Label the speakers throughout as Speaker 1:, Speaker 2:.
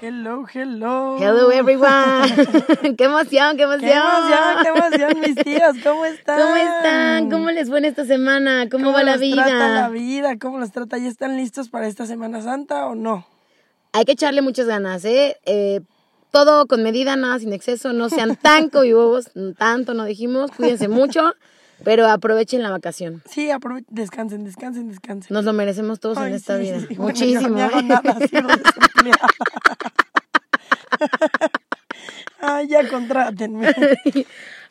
Speaker 1: Hello, hello.
Speaker 2: Hello everyone. qué emoción, qué emoción.
Speaker 1: Oh. Qué emoción, qué emoción, mis tíos. ¿Cómo están?
Speaker 2: ¿Cómo están? ¿Cómo les fue en esta semana? ¿Cómo, va la
Speaker 1: los
Speaker 2: vida?
Speaker 1: trata la vida? ¿Cómo los trata? ¿Ya están listos para esta Semana Santa o no?
Speaker 2: Hay que echarle muchas ganas, ¿eh? Eh, Todo con medida, nada sin exceso, no sean tan cobibobos, tanto no dijimos, cuídense mucho, pero aprovechen la vacación.
Speaker 1: Sí, aprovechen, descansen, descansen, descansen.
Speaker 2: Nos lo merecemos todos
Speaker 1: Ay,
Speaker 2: en esta
Speaker 1: sí,
Speaker 2: vida.
Speaker 1: sí, sí. Bueno, yo
Speaker 2: Muchísimo.
Speaker 1: ni hago
Speaker 2: ¿eh?
Speaker 1: nada, sigo desempleada. Ay, ya contrátenme.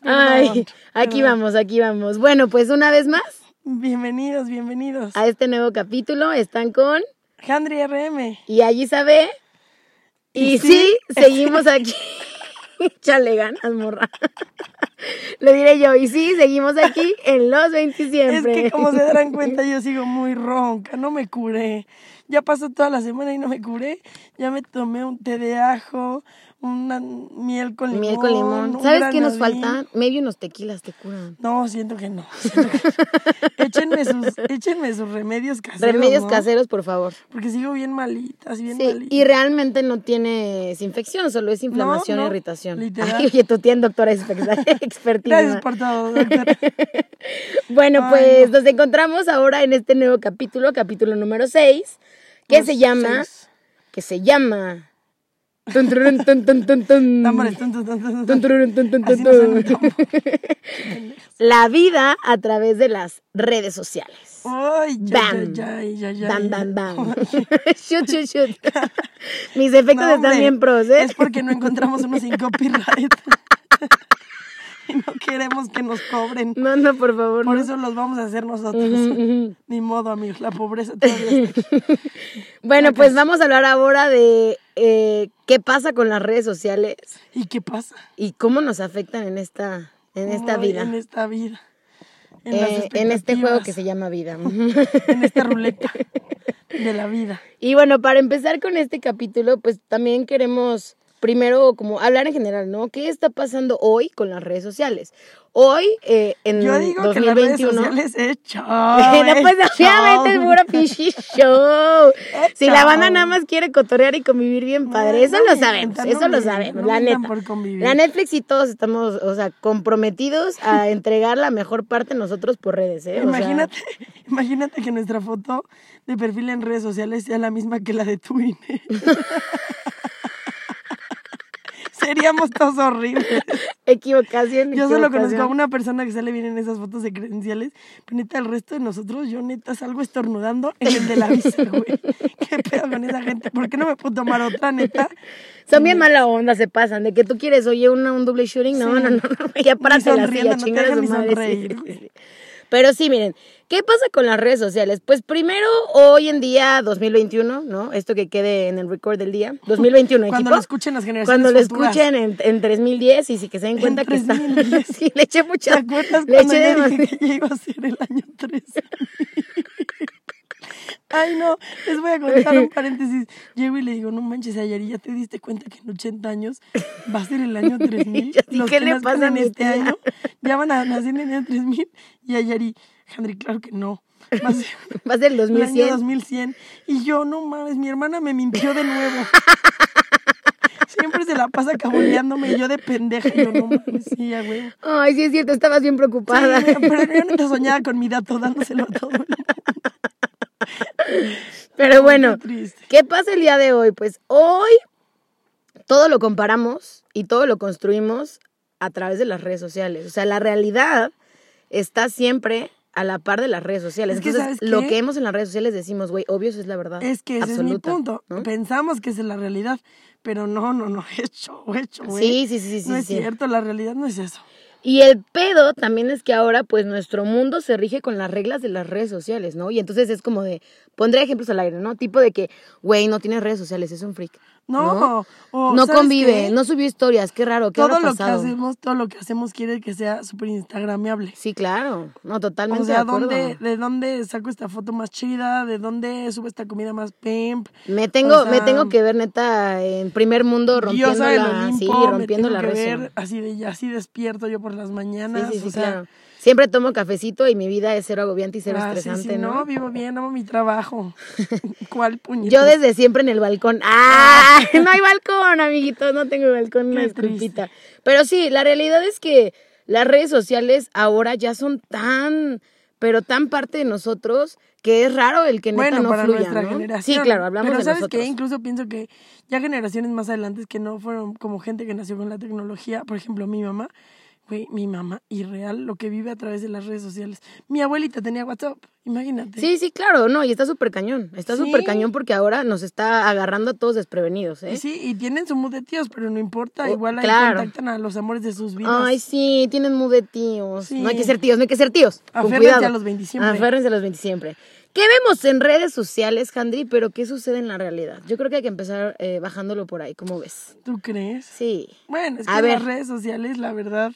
Speaker 2: Ay, aquí vamos, aquí vamos. Bueno, pues una vez más
Speaker 1: Bienvenidos, bienvenidos.
Speaker 2: a este nuevo capítulo están con
Speaker 1: Handry RM.
Speaker 2: Y allí sabe. Y,
Speaker 1: Y
Speaker 2: sí,
Speaker 1: sí,
Speaker 2: seguimos aquí. Chale ganas, morra. Lo diré yo. Y sí, seguimos aquí en los 20
Speaker 1: Es
Speaker 2: siempre.
Speaker 1: que como se darán cuenta yo sigo muy ronca, no me curé. Ya pasó toda la semana y no me curé. Ya me tomé un té de ajo, una miel con limón.
Speaker 2: Miel con limón.
Speaker 1: un
Speaker 2: ¿Sabes qué nos
Speaker 1: granadín.
Speaker 2: falta? Medio unos tequilas te curan.
Speaker 1: No, siento que no. siento que no. échenme, sus, échenme sus remedios caseros.
Speaker 2: Remedios
Speaker 1: ¿no?
Speaker 2: caseros, por favor.
Speaker 1: Porque sigo bien malita, así bien
Speaker 2: Sí,
Speaker 1: malita.
Speaker 2: y realmente no tienes infección, solo es inflamación
Speaker 1: no,
Speaker 2: e irritación.
Speaker 1: literal.
Speaker 2: Ay, oye, tu tía en doctora experta- expertísima.
Speaker 1: Gracias por todo, doctora.
Speaker 2: Bueno,
Speaker 1: Ay,
Speaker 2: pues nos encontramos ahora en este nuevo capítulo, capítulo número 6, que
Speaker 1: Los
Speaker 2: se llama,
Speaker 1: seis
Speaker 2: que se llama... Tun, turun, tun, tun, tun, tun.
Speaker 1: Tambores, tun, tun, tun, tun,
Speaker 2: Tun,
Speaker 1: tun.
Speaker 2: turun, tun, tun,
Speaker 1: Así
Speaker 2: tun,
Speaker 1: no suena el
Speaker 2: tun. La vida a través de las redes sociales.
Speaker 1: Ay, ya,
Speaker 2: Bam.
Speaker 1: ya, ya, ya, ya,
Speaker 2: Bam,
Speaker 1: ya.
Speaker 2: bam, bam. shoot, shoot, shoot. Mis efectos
Speaker 1: No,
Speaker 2: están
Speaker 1: hombre,
Speaker 2: bien pros, ¿eh?
Speaker 1: Es porque no encontramos uno sin copyright. y no queremos que nos cobren.
Speaker 2: No, no, por favor.
Speaker 1: Por
Speaker 2: no.
Speaker 1: eso los vamos a hacer nosotros.
Speaker 2: ujú.
Speaker 1: Ni modo, amigos. La pobreza todavía está aquí.
Speaker 2: Bueno, pues vamos a hablar ahora de eh, qué pasa con las redes sociales.
Speaker 1: ¿Y qué pasa?
Speaker 2: y cómo nos afectan en esta, en esta
Speaker 1: Ay,
Speaker 2: vida,
Speaker 1: En esta vida. En, las
Speaker 2: eh, en este juego que se
Speaker 1: expectativas,
Speaker 2: llama vida.
Speaker 1: En esta ruleta de la vida.
Speaker 2: y bueno, para empezar con este capítulo, pues también queremos primero como hablar en general, ¿no? ¿Qué está pasando hoy con las redes sociales? Hoy, eh, en
Speaker 1: Yo digo
Speaker 2: 2021...
Speaker 1: que las redes sociales es chao.
Speaker 2: no, pues
Speaker 1: es
Speaker 2: obviamente es
Speaker 1: chao.
Speaker 2: pura pinche show.
Speaker 1: Es
Speaker 2: Si la banda
Speaker 1: chao.
Speaker 2: nada más quiere cotorrear y convivir bien padre,
Speaker 1: No,
Speaker 2: eso
Speaker 1: no
Speaker 2: lo
Speaker 1: me
Speaker 2: sabemos,
Speaker 1: inventan, no
Speaker 2: eso
Speaker 1: me
Speaker 2: lo
Speaker 1: inventan,
Speaker 2: sabemos,
Speaker 1: no
Speaker 2: la
Speaker 1: me
Speaker 2: neta.
Speaker 1: inventan por convivir.
Speaker 2: La Netflix y todos estamos, o sea, comprometidos a entregar la mejor parte de nosotros por redes, ¿eh? O sea,
Speaker 1: Imagínate, imagínate que nuestra foto de perfil en redes sociales sea la misma que la de tu INE. Seríamos todos horribles.
Speaker 2: equivocación,
Speaker 1: Yo solo
Speaker 2: equivocación.
Speaker 1: conozco a una persona que sale bien en esas fotos de credenciales, pero neta, el resto de nosotros, yo neta salgo estornudando en el de la visa, güey. ¿Qué pedo con esa gente? ¿Por qué no me puedo tomar otra, neta?
Speaker 2: Son bien mala onda, se pasan. De que tú quieres, oye, una, un doble shooting. No,
Speaker 1: Sí.
Speaker 2: no, no, no, güey, ya
Speaker 1: Ni
Speaker 2: párate la
Speaker 1: sonriendo, no
Speaker 2: silla,
Speaker 1: te
Speaker 2: chingar a
Speaker 1: dejan
Speaker 2: su
Speaker 1: ni
Speaker 2: madre. sí,
Speaker 1: sonreír,
Speaker 2: sí, sí. Pero sí, miren, ¿qué pasa con las redes sociales? Pues primero, hoy en día, 2021, ¿no? Esto que quede en el record del día. 2021,
Speaker 1: Cuando
Speaker 2: equipo.
Speaker 1: lo escuchen las generaciones
Speaker 2: Cuando lo
Speaker 1: futuras.
Speaker 2: escuchen en, en 3010 y sí que se den cuenta que está.
Speaker 1: 3010.
Speaker 2: sí, le eché
Speaker 1: ¿Te
Speaker 2: mucha.
Speaker 1: acuerdas
Speaker 2: le
Speaker 1: cuando
Speaker 2: eché
Speaker 1: yo
Speaker 2: demasiado.
Speaker 1: dije que ya iba a ser el año 13? Ay, no, les voy a contar un paréntesis. Llego y le digo, no manches, ayer ya te diste cuenta que en 80 años va a ser el año 3000.
Speaker 2: Yo así,
Speaker 1: Los
Speaker 2: ¿qué
Speaker 1: que
Speaker 2: le
Speaker 1: nazcan
Speaker 2: pasa a
Speaker 1: en
Speaker 2: mi
Speaker 1: este
Speaker 2: tía?
Speaker 1: año ya van a nacer en el año 3000. Y Ayari, Henry, claro que no. Va a ser
Speaker 2: Va a ser el
Speaker 1: el año
Speaker 2: 2100.
Speaker 1: 2100. Y yo, no mames, mi hermana me mintió de nuevo. Siempre se la pasa cabuleándome y yo de pendeja. Y yo, no mames, sí, a huevo.
Speaker 2: Ay, sí es cierto, estabas bien preocupada.
Speaker 1: Sí, pero yo no te soñaba con mi dato dándoselo a todo el mundo.
Speaker 2: Pero Eh, bueno,
Speaker 1: Qué triste.
Speaker 2: ¿qué pasa el día de hoy? Pues hoy todo lo comparamos y todo lo construimos a través de las redes sociales. O sea, la realidad está siempre a la par de las redes sociales.
Speaker 1: Es que,
Speaker 2: Entonces,
Speaker 1: ¿sabes
Speaker 2: lo
Speaker 1: qué?
Speaker 2: que vemos en las redes sociales decimos, güey, obvio, eso es la verdad.
Speaker 1: Es que ese es mi
Speaker 2: absoluta",
Speaker 1: punto.
Speaker 2: ¿no?
Speaker 1: Pensamos que esa es la realidad, pero no, no, no, es show, es show.
Speaker 2: Sí,
Speaker 1: ¿eh?
Speaker 2: sí, sí, sí,
Speaker 1: No
Speaker 2: sí,
Speaker 1: es
Speaker 2: sí.
Speaker 1: cierto, la realidad no es eso.
Speaker 2: Y el pedo también es que ahora, pues, nuestro mundo se rige con las reglas de las redes sociales, ¿no? Y entonces es como de, pondré ejemplos al aire, ¿no? Tipo de que, güey, no tienes redes sociales, es un freak.
Speaker 1: No, o,
Speaker 2: no
Speaker 1: ¿sabes
Speaker 2: convive,
Speaker 1: qué?
Speaker 2: no subió historias, qué raro, qué
Speaker 1: Todo
Speaker 2: habrá
Speaker 1: lo que
Speaker 2: pasado?
Speaker 1: hacemos, todo lo que hacemos quiere que sea súper instagrameable.
Speaker 2: Sí, claro, no, totalmente
Speaker 1: O sea,
Speaker 2: de acuerdo.
Speaker 1: ¿dónde, ¿de dónde saco esta foto más chida? ¿De dónde subo esta comida más pimp?
Speaker 2: Me tengo,
Speaker 1: o sea,
Speaker 2: me tengo que ver neta en primer mundo rompiendo
Speaker 1: Diosa del
Speaker 2: la, sí,
Speaker 1: Olimpo, me
Speaker 2: rompiendo
Speaker 1: tengo
Speaker 2: la
Speaker 1: que
Speaker 2: rezo.
Speaker 1: ver así de ya, así despierto yo por las mañanas.
Speaker 2: Sí, sí, sí,
Speaker 1: o sea,
Speaker 2: claro. Siempre tomo cafecito y mi vida es cero agobiante y cero
Speaker 1: Ah, sí,
Speaker 2: estresante,
Speaker 1: sí,
Speaker 2: ¿no?
Speaker 1: no, vivo bien, amo mi trabajo. ¿Cuál puñetazo?
Speaker 2: Yo desde siempre en el balcón. ¡Ah! No hay balcón, amiguitos. No tengo balcón, una
Speaker 1: Qué
Speaker 2: estrupita. Pero sí, la realidad es que las redes sociales ahora ya son tan, pero tan parte de nosotros que es raro el que neta
Speaker 1: Bueno,
Speaker 2: no
Speaker 1: para
Speaker 2: fluya,
Speaker 1: nuestra
Speaker 2: ¿no?
Speaker 1: generación.
Speaker 2: Sí, claro, hablamos
Speaker 1: Pero
Speaker 2: de
Speaker 1: sabes
Speaker 2: nosotros.
Speaker 1: que incluso pienso que ya generaciones más adelante que no fueron como gente que nació con la tecnología, por ejemplo, mi mamá, güey, mi mamá irreal lo que vive a través de las redes sociales. Mi abuelita tenía WhatsApp, imagínate.
Speaker 2: Sí, sí, claro, no, y está súper cañón. Está
Speaker 1: Sí.
Speaker 2: súper cañón porque ahora nos está agarrando a todos desprevenidos, ¿eh?
Speaker 1: Y sí, y tienen su mood de tíos, pero no importa,
Speaker 2: Oh,
Speaker 1: igual ahí
Speaker 2: claro.
Speaker 1: contactan a los amores de sus vidas.
Speaker 2: Ay, sí, tienen mood de tíos.
Speaker 1: Sí.
Speaker 2: No hay que ser tíos, no hay que ser tíos. con
Speaker 1: Aférrense
Speaker 2: cuidado.
Speaker 1: a los 20 siempre.
Speaker 2: Aférrense a los 20 siempre. ¿Qué vemos en redes sociales, Handry? Pero ¿qué sucede en la realidad? Yo creo que hay que empezar eh, bajándolo por ahí, ¿cómo ves?
Speaker 1: ¿Tú crees?
Speaker 2: Sí,
Speaker 1: Bueno, es que
Speaker 2: A
Speaker 1: en
Speaker 2: ver.
Speaker 1: las redes sociales, la verdad,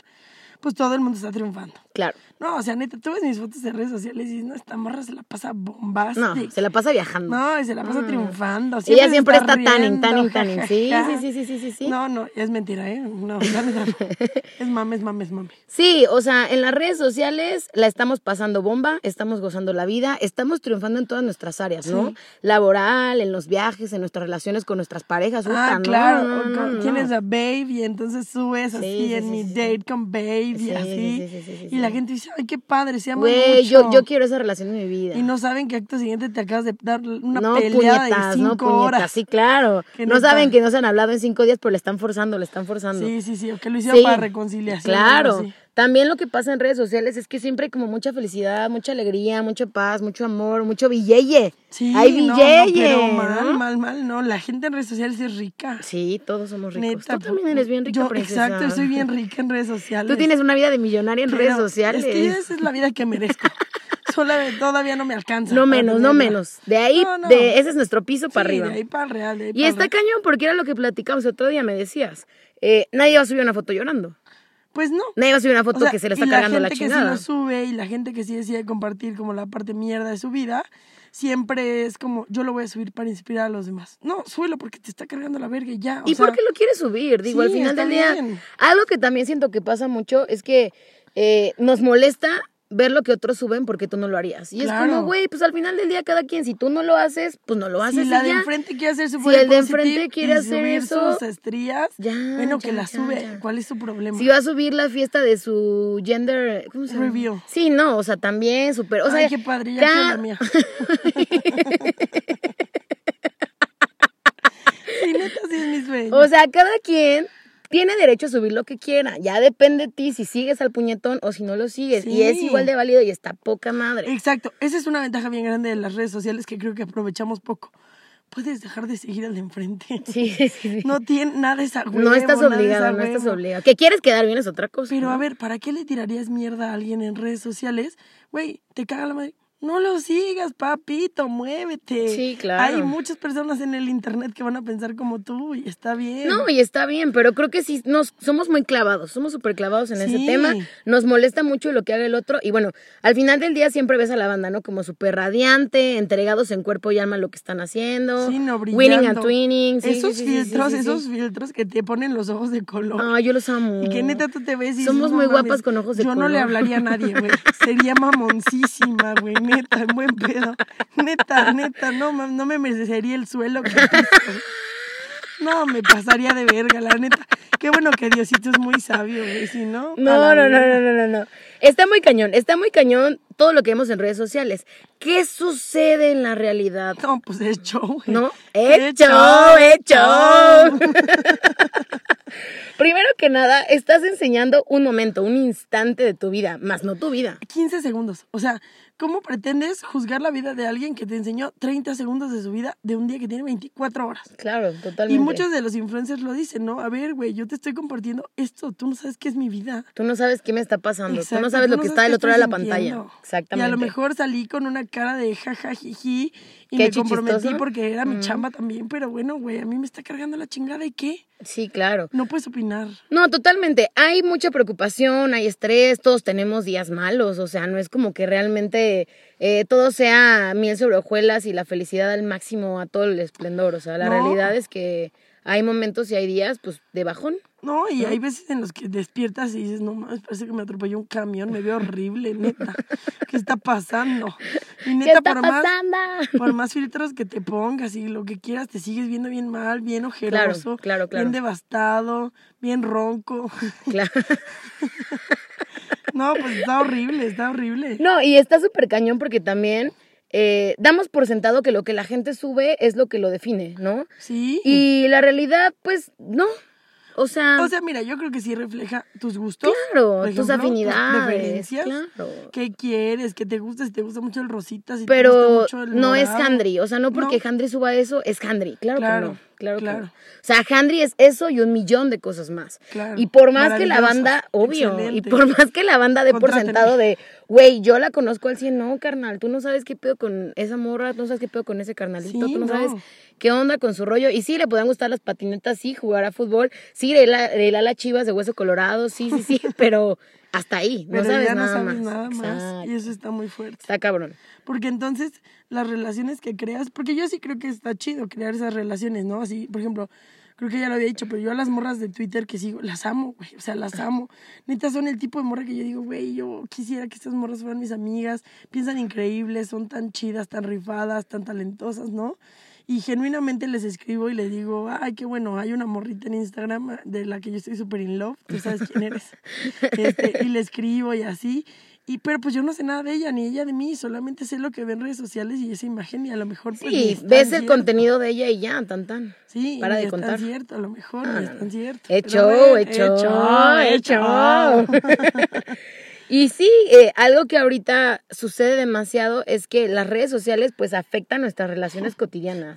Speaker 1: pues todo el mundo está triunfando.
Speaker 2: claro.
Speaker 1: No, o sea, neta, tú ves mis fotos de redes sociales y dices, no, esta morra se la pasa bombástica.
Speaker 2: No, se la pasa viajando.
Speaker 1: No, y se la pasa triunfando.
Speaker 2: Ella siempre
Speaker 1: se
Speaker 2: está tanning, tanning,
Speaker 1: riendo,
Speaker 2: tanning.
Speaker 1: ja,
Speaker 2: Sí,
Speaker 1: ja,
Speaker 2: sí,
Speaker 1: ja.
Speaker 2: sí, sí, sí, sí, sí.
Speaker 1: No, no, es mentira, ¿eh? No, la neta no. es mame, es mame, es mame.
Speaker 2: Sí, o sea, en las redes sociales la estamos pasando bomba, estamos gozando la vida, estamos triunfando en todas nuestras áreas, ¿no? Laboral, en los viajes, en nuestras relaciones con nuestras parejas.
Speaker 1: Ah,
Speaker 2: Uta, no,
Speaker 1: claro,
Speaker 2: no,
Speaker 1: o
Speaker 2: no,
Speaker 1: con-
Speaker 2: no.
Speaker 1: tienes a Babe y entonces subes así
Speaker 2: sí,
Speaker 1: en
Speaker 2: sí,
Speaker 1: mi
Speaker 2: sí, sí.
Speaker 1: date con Babe y
Speaker 2: Sí, sí,
Speaker 1: así.
Speaker 2: sí, sí, sí, sí,
Speaker 1: y la
Speaker 2: sí.
Speaker 1: gente dice, ay, qué padre, se ama
Speaker 2: Güey,
Speaker 1: mucho.
Speaker 2: yo, yo quiero esa relación en mi vida.
Speaker 1: Y no saben que acto siguiente te acabas de dar una
Speaker 2: no
Speaker 1: peleada de
Speaker 2: puñetas,
Speaker 1: cinco
Speaker 2: no puñetas,
Speaker 1: horas.
Speaker 2: sí, claro.
Speaker 1: Que
Speaker 2: no
Speaker 1: neta.
Speaker 2: saben que no se han hablado en cinco días, pero le están forzando, le están forzando.
Speaker 1: Sí, sí, sí, o que lo hicieron
Speaker 2: Sí,
Speaker 1: para reconciliación. algo
Speaker 2: Claro.
Speaker 1: así.
Speaker 2: También lo que pasa en redes sociales es que siempre hay como mucha felicidad, mucha alegría, mucha paz, mucho amor, mucho billeye.
Speaker 1: Sí,
Speaker 2: hay
Speaker 1: no, no,
Speaker 2: billeye.
Speaker 1: pero
Speaker 2: ¿no?
Speaker 1: mal, mal, mal, no. La gente en redes sociales es rica.
Speaker 2: Sí, todos somos ricos.
Speaker 1: Neta,
Speaker 2: Tú también
Speaker 1: por-
Speaker 2: eres bien rica,
Speaker 1: yo,
Speaker 2: princesa.
Speaker 1: Exacto, soy bien rica en redes sociales.
Speaker 2: Tú tienes una vida de millonaria en
Speaker 1: Pero
Speaker 2: redes sociales.
Speaker 1: Es que esa es la vida que merezco. Solamente todavía no me alcanza.
Speaker 2: No
Speaker 1: para
Speaker 2: menos, no
Speaker 1: tenerla.
Speaker 2: menos. De ahí,
Speaker 1: No, no.
Speaker 2: De, ese es nuestro piso para
Speaker 1: Sí,
Speaker 2: arriba.
Speaker 1: De ahí para real. de ahí
Speaker 2: Y
Speaker 1: para
Speaker 2: está
Speaker 1: real.
Speaker 2: cañón porque era lo que platicamos el otro día, me decías. eh, nadie va a subir una foto llorando.
Speaker 1: Pues no.
Speaker 2: Nadie va a subir una foto
Speaker 1: O sea,
Speaker 2: que se le
Speaker 1: y
Speaker 2: está cargando la
Speaker 1: gente que sí
Speaker 2: chingada.
Speaker 1: lo sube y la gente que sí decide compartir como la parte mierda de su vida, siempre es como, yo lo voy a subir para inspirar a los demás. No, suelo porque te está cargando la verga y ya. o
Speaker 2: ¿Y
Speaker 1: sea,
Speaker 2: por qué lo quieres subir? Digo, al
Speaker 1: sí,
Speaker 2: final
Speaker 1: está
Speaker 2: del día,
Speaker 1: bien.
Speaker 2: algo que también siento que pasa mucho es que eh, nos molesta ver lo que otros suben porque tú no lo harías. Y es
Speaker 1: Claro.
Speaker 2: como, güey, pues al final del día cada quien, si tú no lo haces, pues no lo haces.
Speaker 1: Si
Speaker 2: y
Speaker 1: la de
Speaker 2: ya.
Speaker 1: enfrente quiere hacer su
Speaker 2: Si
Speaker 1: body
Speaker 2: el de
Speaker 1: positive
Speaker 2: enfrente quiere
Speaker 1: y
Speaker 2: hacer
Speaker 1: subir
Speaker 2: eso,
Speaker 1: sus estrías,
Speaker 2: ya,
Speaker 1: bueno, que
Speaker 2: ya,
Speaker 1: la
Speaker 2: ya,
Speaker 1: sube.
Speaker 2: ya.
Speaker 1: ¿Cuál es su problema?
Speaker 2: Si va a subir la fiesta de su gender... ¿Cómo se llama?
Speaker 1: Reveal.
Speaker 2: Sí, no, o sea, también súper... O sea,
Speaker 1: Ay, qué padre, ya
Speaker 2: ca-
Speaker 1: quiero la mía. sí, neta, sí es mi sueño.
Speaker 2: O sea, cada quien tiene derecho a subir lo que quiera. Ya depende de ti si sigues al puñetón o si no lo sigues. Y es
Speaker 1: Sí.
Speaker 2: igual de válido y está poca madre.
Speaker 1: Exacto, esa es una ventaja bien grande de las redes sociales que creo que aprovechamos poco. Puedes dejar de seguir al de enfrente.
Speaker 2: Sí, sí, sí.
Speaker 1: No tiene nada esa huevo.
Speaker 2: No estás
Speaker 1: nada
Speaker 2: obligado,
Speaker 1: esa
Speaker 2: no estás
Speaker 1: huevo.
Speaker 2: obligado. Que quieres quedar bien es otra cosa.
Speaker 1: Pero
Speaker 2: ¿no?
Speaker 1: a ver, ¿para qué le tirarías mierda a alguien en redes sociales? Güey, te caga la madre. No lo sigas, papito, muévete.
Speaker 2: Sí, claro.
Speaker 1: Hay muchas personas en el internet que van a pensar como tú y está bien.
Speaker 2: No, y está bien, pero creo que sí, nos, somos muy clavados, somos súper clavados en
Speaker 1: Sí.
Speaker 2: ese tema, nos molesta mucho lo que haga el otro, y bueno, al final del día siempre ves a la banda, ¿no? Como súper radiante, entregados en cuerpo y alma a lo que están haciendo,
Speaker 1: Sí, no, brillando.
Speaker 2: winning and twinning, sí,
Speaker 1: esos
Speaker 2: sí, sí, sí, sí,
Speaker 1: filtros,
Speaker 2: sí, sí.
Speaker 1: esos filtros que te ponen los ojos de color.
Speaker 2: Ay, yo los amo.
Speaker 1: Y que neta tú te ves y dices,
Speaker 2: Mm. Somos
Speaker 1: "No
Speaker 2: muy
Speaker 1: mames,
Speaker 2: guapas con ojos de
Speaker 1: Yo no le
Speaker 2: color".
Speaker 1: hablaría a nadie, güey. Sería mamoncísima, güey. Neta, en buen pedo. Neta, neta, no, mam, no me merecería el suelo que piso. No, me pasaría de verga, la neta. Qué bueno que Diosito es muy sabio, güey. Si no. a la
Speaker 2: No, no, no,
Speaker 1: verga.
Speaker 2: no, no, no, no. Está muy cañón, está muy cañón todo lo que vemos en redes sociales. ¿Qué sucede en la realidad?
Speaker 1: No, pues es show, güey.
Speaker 2: ¿No?
Speaker 1: Es
Speaker 2: ¡Hecho!
Speaker 1: show,
Speaker 2: ¡Hecho! Primero que nada, estás enseñando un momento, un instante de tu vida, más no tu vida.
Speaker 1: 15 segundos. O sea, ¿cómo pretendes juzgar la vida de alguien que te enseñó 30 segundos de su vida de un día que tiene 24 horas?
Speaker 2: Claro, totalmente.
Speaker 1: Y muchos de los influencers lo dicen, ¿no? A ver, güey, yo te estoy compartiendo esto, tú no sabes qué es mi vida.
Speaker 2: Tú no sabes qué me está pasando, tú
Speaker 1: Exacto,
Speaker 2: no sabes lo que está
Speaker 1: qué
Speaker 2: del otro lado
Speaker 1: estoy
Speaker 2: de la pantalla.
Speaker 1: sintiendo. Y
Speaker 2: Exactamente.
Speaker 1: a lo mejor salí con una cara de jajajiji y
Speaker 2: Qué
Speaker 1: me comprometí
Speaker 2: chistoso. Mm.
Speaker 1: porque era mi chamba también, pero bueno, güey, a mí me está cargando la chingada y qué?
Speaker 2: Sí, claro.
Speaker 1: No puedes opinar.
Speaker 2: No, totalmente. Hay mucha preocupación, hay estrés, todos tenemos días malos, o sea, no es como que realmente eh, todo sea miel sobre hojuelas y la felicidad al máximo a todo el esplendor, o sea, la
Speaker 1: No.
Speaker 2: realidad es que Hay momentos y hay días, pues, de bajón.
Speaker 1: No, y hay veces en los que despiertas y dices, no mames, parece que me atropelló un camión, me veo horrible, neta. ¿Qué está pasando? Y neta,
Speaker 2: está
Speaker 1: por más,
Speaker 2: pasando?
Speaker 1: por más filtros que te pongas y lo que quieras, te sigues viendo bien mal, bien ojeroso,
Speaker 2: claro, claro.
Speaker 1: bien devastado, bien ronco.
Speaker 2: Claro.
Speaker 1: No, pues está horrible, está horrible.
Speaker 2: No, y está súper cañón porque también eh, damos por sentado que lo que la gente sube es lo que lo define, ¿no?
Speaker 1: Sí.
Speaker 2: Y la realidad, pues, no. O sea,
Speaker 1: o sea, mira, yo creo que sí refleja tus gustos.
Speaker 2: claro,
Speaker 1: por
Speaker 2: tus
Speaker 1: ejemplo,
Speaker 2: afinidades.
Speaker 1: preferencias.
Speaker 2: Claro.
Speaker 1: ¿Qué quieres? ¿Qué te gusta? Si te gusta mucho el rosita, si te gusta
Speaker 2: Pero
Speaker 1: mucho el
Speaker 2: no es
Speaker 1: morado.
Speaker 2: Handry. O sea, no porque
Speaker 1: No.
Speaker 2: Handry suba eso, es Handry. Claro,
Speaker 1: Claro,
Speaker 2: que no. Claro, que
Speaker 1: claro.
Speaker 2: no. O sea, Handry es eso y un millón de cosas más.
Speaker 1: Claro.
Speaker 2: y por más que la
Speaker 1: Maravillosas.
Speaker 2: banda, obvio,
Speaker 1: Excelente.
Speaker 2: y por más que la banda dé por
Speaker 1: Contrátenme.
Speaker 2: sentado de, güey, yo la conozco al 100, no, carnal, tú no sabes qué pedo con esa morra, tú no sabes qué pedo con ese carnalito,
Speaker 1: Sí,
Speaker 2: tú no,
Speaker 1: no.
Speaker 2: sabes qué onda con su rollo. Y sí, le podían gustar las patinetas, sí, jugar a fútbol, sí, de la, de la chivas de hueso colorado, sí, sí, sí, pero hasta ahí, no
Speaker 1: Pero
Speaker 2: sabes,
Speaker 1: ya no
Speaker 2: nada,
Speaker 1: sabes
Speaker 2: más.
Speaker 1: nada más.
Speaker 2: Exacto.
Speaker 1: Y eso está muy fuerte.
Speaker 2: Está cabrón.
Speaker 1: Porque entonces las relaciones que creas, porque yo sí creo que está chido crear esas relaciones, ¿no? Así, por ejemplo, creo que ya lo había dicho, pero yo a las morras de Twitter que sigo, las amo, güey, o sea, las amo. Neta, son el tipo de morra que yo digo, güey, yo quisiera que estas morras fueran mis amigas, piensan increíbles, son tan chidas, tan rifadas, tan talentosas, ¿no? Y genuinamente les escribo y les digo, ay, qué bueno, hay una morrita en Instagram ah, de la que yo estoy súper in love, tú sabes quién eres. Este, y le escribo y así. Y, pero pues yo no sé nada de ella, ni ella de mí, solamente sé lo que ve en redes sociales y esa imagen y a lo mejor... Pues, ni
Speaker 2: Sí,
Speaker 1: es tan
Speaker 2: ves el
Speaker 1: cierto.
Speaker 2: contenido de ella y ya, tan tan.
Speaker 1: Sí,
Speaker 2: Para
Speaker 1: ni
Speaker 2: de
Speaker 1: es tan
Speaker 2: contar. Ah,
Speaker 1: cierto, a lo mejor, no, es tan cierto.
Speaker 2: Hecho,
Speaker 1: Pero bueno,
Speaker 2: hecho,
Speaker 1: hecho.
Speaker 2: hecho. Y sí, eh, algo que ahorita sucede demasiado es que las redes sociales pues afectan nuestras relaciones cotidianas.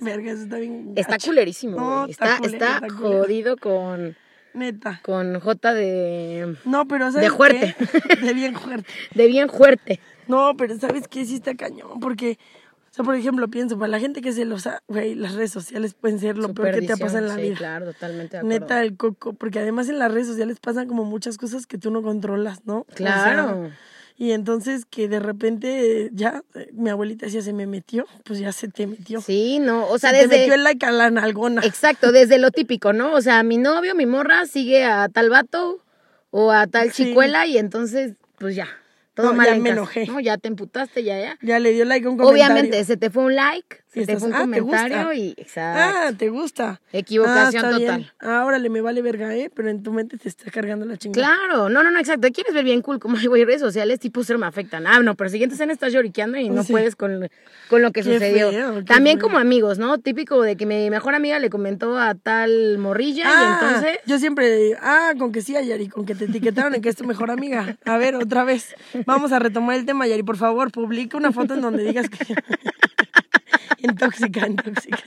Speaker 1: Verga, eso está bien...
Speaker 2: Está
Speaker 1: gacho.
Speaker 2: culerísimo,
Speaker 1: No,
Speaker 2: güey.
Speaker 1: está
Speaker 2: Está,
Speaker 1: culero,
Speaker 2: está
Speaker 1: está culero.
Speaker 2: jodido con,
Speaker 1: Neta.
Speaker 2: con J de,
Speaker 1: No, pero ¿sabes
Speaker 2: fuerte.
Speaker 1: qué? De bien fuerte.
Speaker 2: de bien fuerte.
Speaker 1: No, pero ¿sabes qué? Sí está cañón, porque... O sea, por ejemplo, pienso, para la gente que es celosa, güey, las redes sociales pueden ser lo peor que te pasa en la
Speaker 2: sí,
Speaker 1: vida.
Speaker 2: claro, totalmente de acuerdo.
Speaker 1: Neta, el coco, porque además en las redes sociales pasan como muchas cosas que tú no controlas, ¿no? O sea,
Speaker 2: Claro.
Speaker 1: y entonces que de repente eh, ya, eh, mi abuelita decía, se me metió, pues ya se te metió.
Speaker 2: Sí, no, o sea,
Speaker 1: Se te
Speaker 2: desde...
Speaker 1: metió el like a la nalgona.
Speaker 2: Exacto, desde lo típico, ¿no? O sea, mi novio, mi morra sigue a tal vato o a tal
Speaker 1: Sí.
Speaker 2: chicuela y entonces, pues ya, todo
Speaker 1: No,
Speaker 2: mal
Speaker 1: ya
Speaker 2: en
Speaker 1: me
Speaker 2: casa,
Speaker 1: enojé.
Speaker 2: ¿no? Ya te emputaste, ya, ya.
Speaker 1: Ya le dio like a un comentario.
Speaker 2: Obviamente, se te fue un like, se
Speaker 1: Y
Speaker 2: te
Speaker 1: estás,
Speaker 2: fue un
Speaker 1: "Ah, ¿te gusta?".
Speaker 2: comentario y... Exacto.
Speaker 1: Ah, ¿te gusta?
Speaker 2: Equivocación
Speaker 1: Ah, está bien.
Speaker 2: total.
Speaker 1: Ah, órale, me vale verga, ¿eh? Pero en tu mente te está cargando la chingada.
Speaker 2: Claro, no, no, no, exacto. Quieres ver bien cool, como hay güey, redes sociales, tipo ser me afectan. Ah, no, pero siguiente escena estás lloriqueando y no
Speaker 1: Sí.
Speaker 2: puedes con, con lo que
Speaker 1: Qué
Speaker 2: sucedió.
Speaker 1: feo, qué
Speaker 2: También
Speaker 1: feo.
Speaker 2: como amigos, ¿no? Típico de que mi mejor amiga le comentó a tal morrilla y
Speaker 1: Ah,
Speaker 2: entonces.
Speaker 1: Yo siempre, ah, con que sí, Yari, con que te etiquetaron en que es tu mejor amiga. A ver, otra vez. Vamos a retomar el tema, Yari. Por favor, publica una foto en donde digas que. intóxica, intóxica.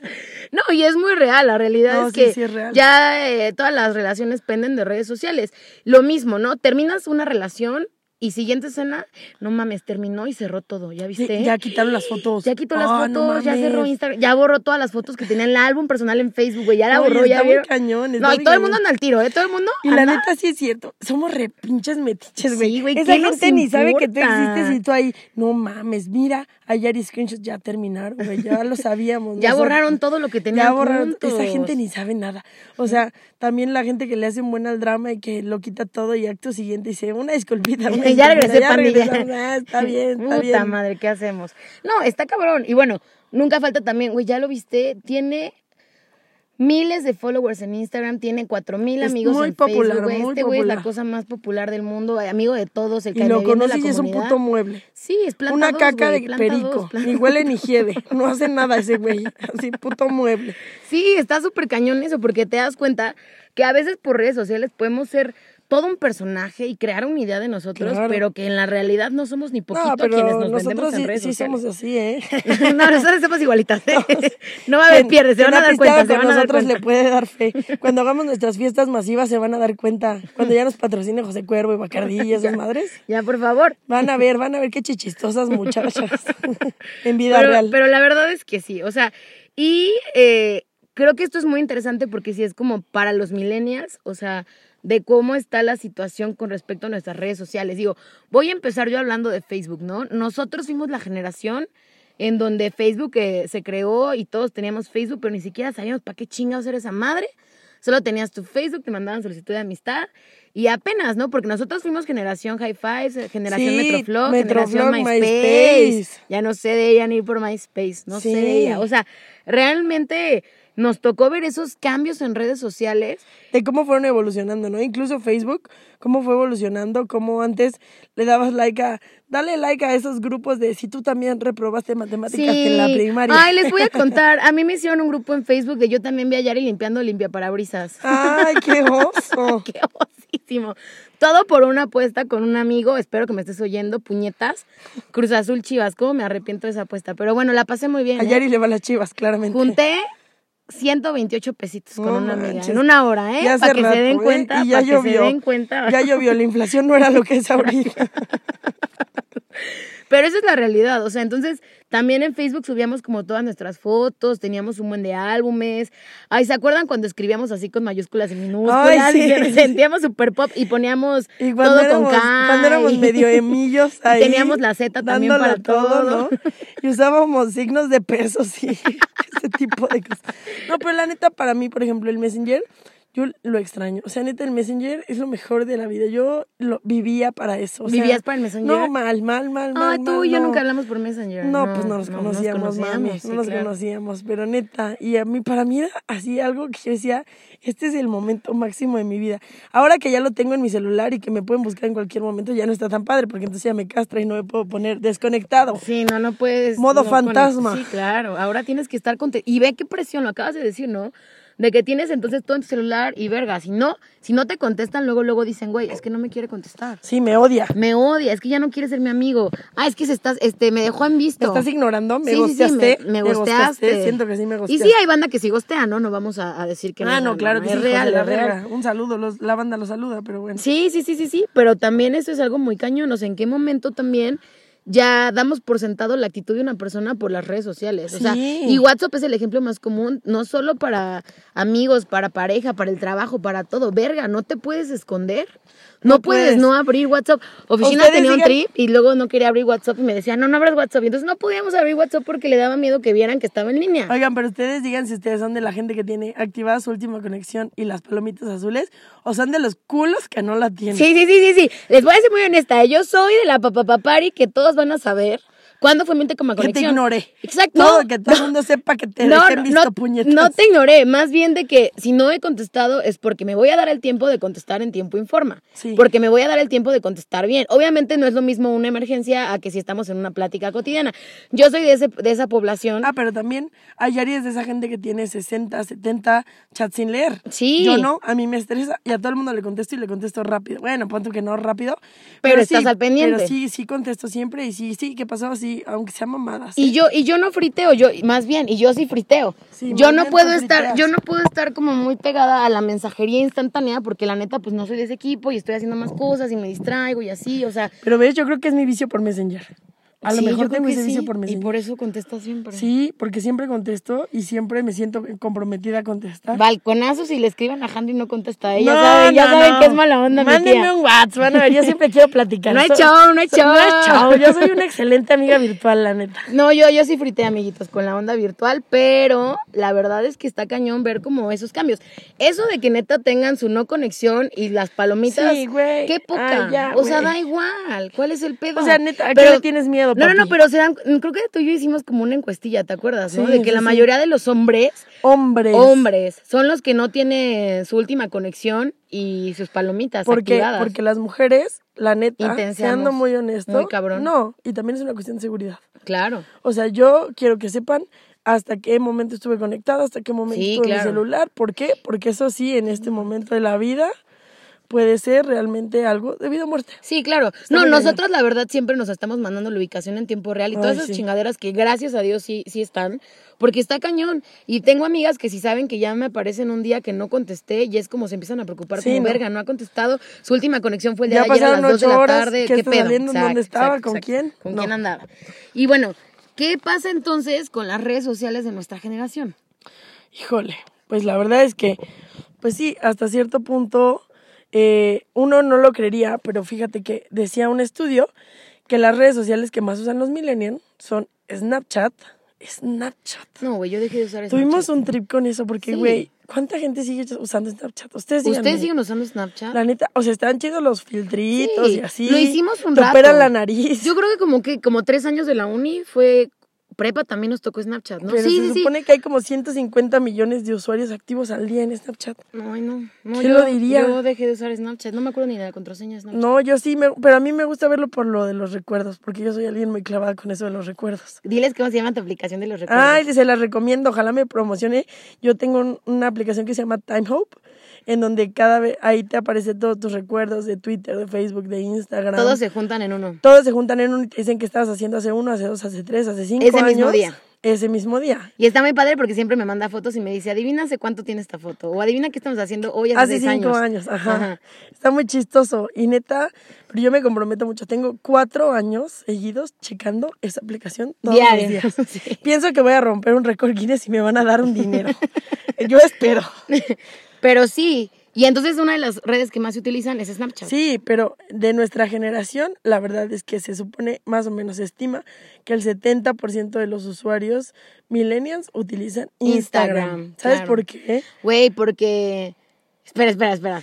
Speaker 2: No, y es muy real, la realidad
Speaker 1: No,
Speaker 2: es
Speaker 1: sí,
Speaker 2: que
Speaker 1: sí es real.
Speaker 2: ya eh, todas las relaciones penden de redes sociales. Lo mismo, ¿no? Terminas una relación y siguiente escena, no mames, terminó y cerró todo, ¿ya
Speaker 1: Sí,
Speaker 2: viste?
Speaker 1: ya quitaron las fotos.
Speaker 2: Ya quitó las
Speaker 1: Ah,
Speaker 2: fotos,
Speaker 1: no
Speaker 2: ya cerró
Speaker 1: mames.
Speaker 2: Instagram, ya borró todas las fotos que tenía en el álbum personal en Facebook, güey, ya la
Speaker 1: Oye,
Speaker 2: borró, ya
Speaker 1: está muy
Speaker 2: vieron.
Speaker 1: cañón, está
Speaker 2: no, y
Speaker 1: muy
Speaker 2: todo el
Speaker 1: cañón.
Speaker 2: mundo anda al tiro, ¿eh? Todo el mundo.
Speaker 1: Y la
Speaker 2: anda-
Speaker 1: neta sí es cierto, somos re pinches metiches, güey.
Speaker 2: Sí, güey,
Speaker 1: Esa
Speaker 2: ¿qué nos
Speaker 1: gente ni sabe que tú
Speaker 2: importa?
Speaker 1: existes y tú ahí, no mames, mira, ayer y screenshots ya terminaron, güey, ya lo sabíamos.
Speaker 2: Ya
Speaker 1: nosotros.
Speaker 2: borraron todo lo que tenían
Speaker 1: Ya borraron,
Speaker 2: juntos.
Speaker 1: esa gente ni sabe nada. O sea, también la gente que le hace un buen al drama y que lo quita todo y acto siguiente dice, una disculpita. una
Speaker 2: ya
Speaker 1: disculpita,
Speaker 2: regresé,
Speaker 1: ya
Speaker 2: pandilla.
Speaker 1: regresamos, ah, está bien, está
Speaker 2: Puta
Speaker 1: bien.
Speaker 2: madre, ¿qué hacemos? No, está cabrón. Y bueno, nunca falta también, güey, ya lo viste, tiene miles de followers en Instagram, tiene cuatro mil
Speaker 1: Es
Speaker 2: amigos
Speaker 1: muy
Speaker 2: en
Speaker 1: popular,
Speaker 2: Facebook. güey.
Speaker 1: muy
Speaker 2: este güey es la
Speaker 1: popular.
Speaker 2: cosa más popular del mundo, eh, amigo de todos, el que
Speaker 1: Y lo
Speaker 2: le viene a la
Speaker 1: conoces y es un
Speaker 2: comunidad.
Speaker 1: puto mueble.
Speaker 2: Sí, es planta
Speaker 1: Una
Speaker 2: dos,
Speaker 1: caca
Speaker 2: güey,
Speaker 1: de
Speaker 2: planta
Speaker 1: perico.
Speaker 2: dos, planta-
Speaker 1: Ni huele ni hiede. No hace nada ese güey. Así, puto mueble.
Speaker 2: Sí, está súper cañón eso, porque te das cuenta que a veces por redes sociales podemos ser todo un personaje y crear una idea de nosotros,
Speaker 1: Claro.
Speaker 2: pero que en la realidad no somos ni poquito
Speaker 1: no, pero
Speaker 2: quienes nos vendemos
Speaker 1: nosotros
Speaker 2: en
Speaker 1: sí,
Speaker 2: redes
Speaker 1: sí
Speaker 2: sociales.
Speaker 1: somos así, ¿eh?
Speaker 2: no, nosotros somos igualitas. ¿eh? No va a haber
Speaker 1: Quien-
Speaker 2: pierde, se
Speaker 1: quien
Speaker 2: van a
Speaker 1: ha
Speaker 2: dar
Speaker 1: pisteado
Speaker 2: cuenta, se
Speaker 1: con
Speaker 2: van a dar
Speaker 1: nosotros
Speaker 2: cuenta.
Speaker 1: le puede dar fe. Cuando hagamos nuestras fiestas masivas se van a dar cuenta. Cuando ya nos patrocine José Cuervo y Bacardí y esas madres.
Speaker 2: Ya, por favor.
Speaker 1: Van a ver, van a ver qué chichistosas muchachas en vida
Speaker 2: pero,
Speaker 1: real.
Speaker 2: pero la verdad es que sí, o sea, y eh, creo que esto es muy interesante porque sí es como para los millennials, o sea, de cómo está la situación con respecto a nuestras redes sociales. Digo, voy a empezar yo hablando de Facebook, ¿no? Nosotros fuimos la generación en donde Facebook eh, se creó y todos teníamos Facebook, pero ni siquiera sabíamos para qué chingados era esa madre. Solo tenías tu Facebook, te mandaban solicitud de amistad y apenas, ¿no? Porque nosotros fuimos generación Hi-Fi, generación
Speaker 1: Sí,
Speaker 2: Metroflog,
Speaker 1: Metroflog,
Speaker 2: generación MySpace.
Speaker 1: MySpace.
Speaker 2: Ya no sé de ella ni por MySpace, no
Speaker 1: Sí.
Speaker 2: sé de ella. O sea, realmente nos tocó ver esos cambios en redes sociales.
Speaker 1: de cómo fueron evolucionando, ¿no? Incluso Facebook, cómo fue evolucionando, cómo antes le dabas like a, dale like a esos grupos de si tú también reprobaste matemáticas en la primaria.
Speaker 2: Ay, les voy a contar. A mí me hicieron un grupo en Facebook de yo también voy a Yari limpiando limpiaparabrisas.
Speaker 1: Ay, qué oso.
Speaker 2: Qué osísimo. Todo por una apuesta con un amigo. Espero que me estés oyendo, puñetas. Cruz Azul Chivas, ¿cómo me arrepiento de esa apuesta? Pero bueno, la pasé muy bien.
Speaker 1: A
Speaker 2: ¿eh?
Speaker 1: Yari le va las chivas, claramente.
Speaker 2: Junté 128 pesitos con
Speaker 1: No
Speaker 2: una amiga.
Speaker 1: manches.
Speaker 2: En una hora, ¿eh?
Speaker 1: Ya hace
Speaker 2: Para que
Speaker 1: rato,
Speaker 2: se den
Speaker 1: ¿eh?
Speaker 2: cuenta.
Speaker 1: Y ya
Speaker 2: Para que se
Speaker 1: llovió.
Speaker 2: den cuenta.
Speaker 1: Ya llovió, la inflación no era lo que es ahorita.
Speaker 2: Pero esa es la realidad, o sea, entonces también en Facebook subíamos como todas nuestras fotos, teníamos un buen de álbumes. Ay, ¿se acuerdan cuando escribíamos así con mayúsculas y minúsculas?
Speaker 1: Ay, sí.
Speaker 2: Y nos sentíamos super pop y poníamos
Speaker 1: Y cuando,
Speaker 2: todo
Speaker 1: éramos,
Speaker 2: con K.
Speaker 1: cuando éramos
Speaker 2: y-
Speaker 1: medio emillos
Speaker 2: y
Speaker 1: ahí.
Speaker 2: teníamos la Z también
Speaker 1: dándolo
Speaker 2: para todo.
Speaker 1: ¿no? Y usábamos signos de pesos y ese tipo de cosas. No, pero la neta, para mí, por ejemplo, el Messenger, yo lo extraño. O sea, neta, el Messenger es lo mejor de la vida. Yo lo vivía para eso. o sea,
Speaker 2: ¿Vivías para el Messenger?
Speaker 1: No, mal, mal, mal, mal.
Speaker 2: Ay, Ah, tú
Speaker 1: mal,
Speaker 2: y yo
Speaker 1: no.
Speaker 2: nunca hablamos por Messenger.
Speaker 1: No, pues no nos conocíamos, mami.
Speaker 2: sí,
Speaker 1: no nos
Speaker 2: claro.
Speaker 1: conocíamos, pero neta. Y a mí, para mí era así algo que yo decía, este es el momento máximo de mi vida. Ahora que ya lo tengo en mi celular y que me pueden buscar en cualquier momento, ya no está tan padre, porque entonces ya me castra y no me puedo poner desconectado.
Speaker 2: Sí, no, no puedes.
Speaker 1: Modo
Speaker 2: no
Speaker 1: fantasma.
Speaker 2: conoces- Sí, claro. Ahora tienes que estar con. Y ve qué presión, lo acabas de decir, ¿no? De que tienes entonces todo en tu celular y verga. Si no, si no te contestan, luego, luego dicen, güey, es que no me quiere contestar.
Speaker 1: Sí, me odia.
Speaker 2: Me odia, es que ya no quiere ser mi amigo. Ah, es que se estás, este, me dejó en
Speaker 1: Me
Speaker 2: visto.
Speaker 1: estás ignorando, me
Speaker 2: Sí, sí, sí,
Speaker 1: gosteaste.
Speaker 2: me, me gosteaste.
Speaker 1: Siento que sí me
Speaker 2: Y
Speaker 1: gosteaste.
Speaker 2: sí, hay banda que sí gostea, ¿no? No vamos a, a decir que no.
Speaker 1: Ah, no, claro que
Speaker 2: es
Speaker 1: sí. hijos de
Speaker 2: real,
Speaker 1: la
Speaker 2: es real.
Speaker 1: verga. Un saludo, los- la banda los saluda, pero bueno.
Speaker 2: Sí, sí, sí, sí, sí, pero también eso es algo muy cañón, o sea, en qué momento también ya damos por sentado la actitud de una persona por las redes sociales, o sea,
Speaker 1: Sí.
Speaker 2: y WhatsApp es el ejemplo más común, no solo para amigos, para pareja, para el trabajo, para todo, verga, no te puedes esconder, no,
Speaker 1: No
Speaker 2: puedes.
Speaker 1: puedes.
Speaker 2: no abrir WhatsApp, oficina
Speaker 1: Ustedes
Speaker 2: tenía un
Speaker 1: digan-
Speaker 2: trip y luego no quería abrir WhatsApp y me decía, no, no abras WhatsApp, y entonces no podíamos abrir WhatsApp porque le daba miedo que vieran que estaba en línea.
Speaker 1: Oigan, pero ustedes digan si ustedes son de la gente que tiene activada su última conexión y las palomitas azules o son de los culos que no la tienen.
Speaker 2: Sí, sí, sí, sí, sí. Les voy a ser muy honesta. ¿eh? Yo soy de la papapapari que todos van a saber cuándo fue mi última
Speaker 1: que te
Speaker 2: conexión.
Speaker 1: ignoré.
Speaker 2: Exacto.
Speaker 1: No, que todo el mundo sepa que te
Speaker 2: No,
Speaker 1: dejé
Speaker 2: no,
Speaker 1: visto
Speaker 2: no,
Speaker 1: puñetas.
Speaker 2: no te ignoré, más bien de que si no he contestado es porque me voy a dar el tiempo de contestar en tiempo y forma,
Speaker 1: Sí.
Speaker 2: porque me voy a dar el tiempo de contestar bien. Obviamente no es lo mismo una emergencia a que si estamos en una plática cotidiana. Yo soy de, ese, de esa población.
Speaker 1: Ah, pero también hay áreas de esa gente que tiene 60, 70 chats sin leer.
Speaker 2: Sí.
Speaker 1: Yo no, a mí me estresa y a todo el mundo le contesto y le contesto rápido. Bueno, ponte que no rápido.
Speaker 2: Pero
Speaker 1: sí,
Speaker 2: estás al pendiente.
Speaker 1: Pero sí, sí contesto siempre y sí, sí, ¿qué pasó? Sí, aunque sea mamadas.
Speaker 2: Y yo, y yo no friteo, yo, más bien, y yo sí friteo.
Speaker 1: Sí,
Speaker 2: yo
Speaker 1: más
Speaker 2: no
Speaker 1: bien
Speaker 2: puedo
Speaker 1: tú
Speaker 2: estar,
Speaker 1: friteas.
Speaker 2: yo no puedo estar como muy pegada a la mensajería instantánea, porque la neta, pues no soy de ese equipo y estoy haciendo más cosas y me distraigo y así, o sea.
Speaker 1: Pero ves, yo creo que es mi vicio por Messenger. A lo
Speaker 2: sí,
Speaker 1: mejor
Speaker 2: yo creo
Speaker 1: tengo
Speaker 2: que
Speaker 1: ese vicio
Speaker 2: sí,
Speaker 1: por
Speaker 2: Y
Speaker 1: Messenger.
Speaker 2: por eso contesta siempre.
Speaker 1: Sí, porque siempre contesto y siempre me siento comprometida a contestar.
Speaker 2: Balconazos y le escriban a Handy y no contesta. Ella
Speaker 1: No,
Speaker 2: saben, ya
Speaker 1: no,
Speaker 2: saben
Speaker 1: no.
Speaker 2: que es mala onda, mi
Speaker 1: Mándenme
Speaker 2: tía.
Speaker 1: un WhatsApp, van a ver, yo siempre quiero platicar.
Speaker 2: No hay
Speaker 1: So-
Speaker 2: show, no hay
Speaker 1: so-
Speaker 2: show.
Speaker 1: No hay show, yo soy una excelente amiga virtual, la neta.
Speaker 2: No, yo, yo sí frité, amiguitos, con la onda virtual, pero la verdad es que está cañón ver como esos cambios. Eso de que neta tengan su no conexión y las palomitas.
Speaker 1: Sí, güey.
Speaker 2: Qué poca.
Speaker 1: Ay, ya,
Speaker 2: o sea,
Speaker 1: güey.
Speaker 2: da igual. ¿Cuál es el pedo?
Speaker 1: O sea, neta, ¿a qué le tienes miedo,
Speaker 2: No, no, no,
Speaker 1: papi?
Speaker 2: pero se dan. Creo que tú y yo hicimos como una encuestilla, ¿te acuerdas? ¿no?
Speaker 1: Sí,
Speaker 2: De que
Speaker 1: sí,
Speaker 2: la
Speaker 1: sí.
Speaker 2: mayoría de los hombres,
Speaker 1: Hombres.
Speaker 2: hombres, son los que no tienen su última conexión y sus palomitas
Speaker 1: Porque,
Speaker 2: activadas.
Speaker 1: porque las mujeres, la neta,
Speaker 2: Intenseamos.
Speaker 1: siendo muy honesto.
Speaker 2: Muy cabrón.
Speaker 1: No, y también es una cuestión de seguridad.
Speaker 2: Claro.
Speaker 1: O sea, yo quiero que sepan hasta qué momento estuve conectada, hasta qué momento
Speaker 2: Sí,
Speaker 1: estuve en
Speaker 2: claro.
Speaker 1: mi celular. ¿Por qué? Porque eso sí, en este momento de la vida, puede ser realmente algo de vida o muerte.
Speaker 2: Sí, claro. no,
Speaker 1: muy cañón.
Speaker 2: nosotros la verdad siempre nos estamos mandando la ubicación en tiempo real y todas
Speaker 1: Ay,
Speaker 2: esas
Speaker 1: sí.
Speaker 2: chingaderas que gracias a Dios sí, sí están, porque está cañón. Y tengo amigas que si saben que ya me aparecen un día que no contesté y es como se empiezan a preocupar,
Speaker 1: Sí,
Speaker 2: como
Speaker 1: no.
Speaker 2: verga, no ha contestado. Su última conexión fue el día
Speaker 1: Ya
Speaker 2: de ayer a
Speaker 1: pasaron
Speaker 2: las 2 de
Speaker 1: ocho
Speaker 2: la
Speaker 1: horas,
Speaker 2: tarde.
Speaker 1: ¿qué
Speaker 2: ¿Qué
Speaker 1: está
Speaker 2: pedo?
Speaker 1: saliendo? ¿En dónde estaba? ¿Con quién?
Speaker 2: ¿Con
Speaker 1: No.
Speaker 2: quién andaba? Y bueno, ¿qué pasa entonces con las redes sociales de nuestra generación?
Speaker 1: Híjole, pues la verdad es que, pues sí, hasta cierto punto eh, uno no lo creería, pero fíjate que decía un estudio que las redes sociales que más usan los millennials son Snapchat. Snapchat.
Speaker 2: No, güey, yo dejé de usar eso.
Speaker 1: Tuvimos un trip con eso porque,
Speaker 2: Sí.
Speaker 1: güey, ¿Cuánta gente sigue usando Snapchat? Ustedes díganme.
Speaker 2: ¿Ustedes siguen usando Snapchat?
Speaker 1: La neta, o sea, están chidos los filtritos
Speaker 2: Sí,
Speaker 1: y así.
Speaker 2: lo hicimos un
Speaker 1: Te
Speaker 2: rato.
Speaker 1: operan la nariz.
Speaker 2: Yo creo que como que como tres años de la uni fue prepa también nos tocó Snapchat, ¿no?
Speaker 1: Pero
Speaker 2: sí,
Speaker 1: se
Speaker 2: sí, sí.
Speaker 1: supone que hay como 150 millones de usuarios activos al día en Snapchat.
Speaker 2: Ay, no. no
Speaker 1: ¿Quién
Speaker 2: yo,
Speaker 1: lo diría?
Speaker 2: Yo dejé de usar Snapchat. No me acuerdo ni de la contraseña de Snapchat.
Speaker 1: No, yo sí, me- pero a mí me gusta verlo por lo de los recuerdos, porque yo soy alguien muy clavada con eso de los recuerdos.
Speaker 2: Diles cómo se llama tu aplicación de los recuerdos.
Speaker 1: Ay, se las recomiendo, ojalá me promocione. Yo tengo un- una aplicación que se llama Time Hope, en donde cada vez ahí te aparecen todos tus recuerdos de Twitter, de Facebook, de Instagram.
Speaker 2: Todos se juntan en uno.
Speaker 1: Todos se juntan en un y te dicen que estabas haciendo hace uno, hace dos, hace tres, hace cinco
Speaker 2: Ese
Speaker 1: años.
Speaker 2: mismo día.
Speaker 1: Ese mismo día.
Speaker 2: Y está muy padre porque siempre me manda fotos y me dice, adivina hace cuánto tiene esta foto. O adivina qué estamos haciendo hoy hace,
Speaker 1: Hace
Speaker 2: seis
Speaker 1: cinco años, ajá. Está muy chistoso. Y neta, pero yo me comprometo mucho. Tengo cuatro años seguidos checando esa aplicación todos
Speaker 2: Diario.
Speaker 1: los días.
Speaker 2: Sí.
Speaker 1: Pienso que voy a romper un récord Guinness y me van a dar un dinero. yo espero.
Speaker 2: Pero sí. Y entonces una de las redes que más se utilizan es Snapchat.
Speaker 1: Sí, pero de nuestra generación, la verdad es que se supone, más o menos se estima, que el 70% de los usuarios millennials utilizan Instagram.
Speaker 2: Instagram,
Speaker 1: ¿Sabes
Speaker 2: claro.
Speaker 1: por qué?
Speaker 2: Güey, porque. Espera, espera, espera.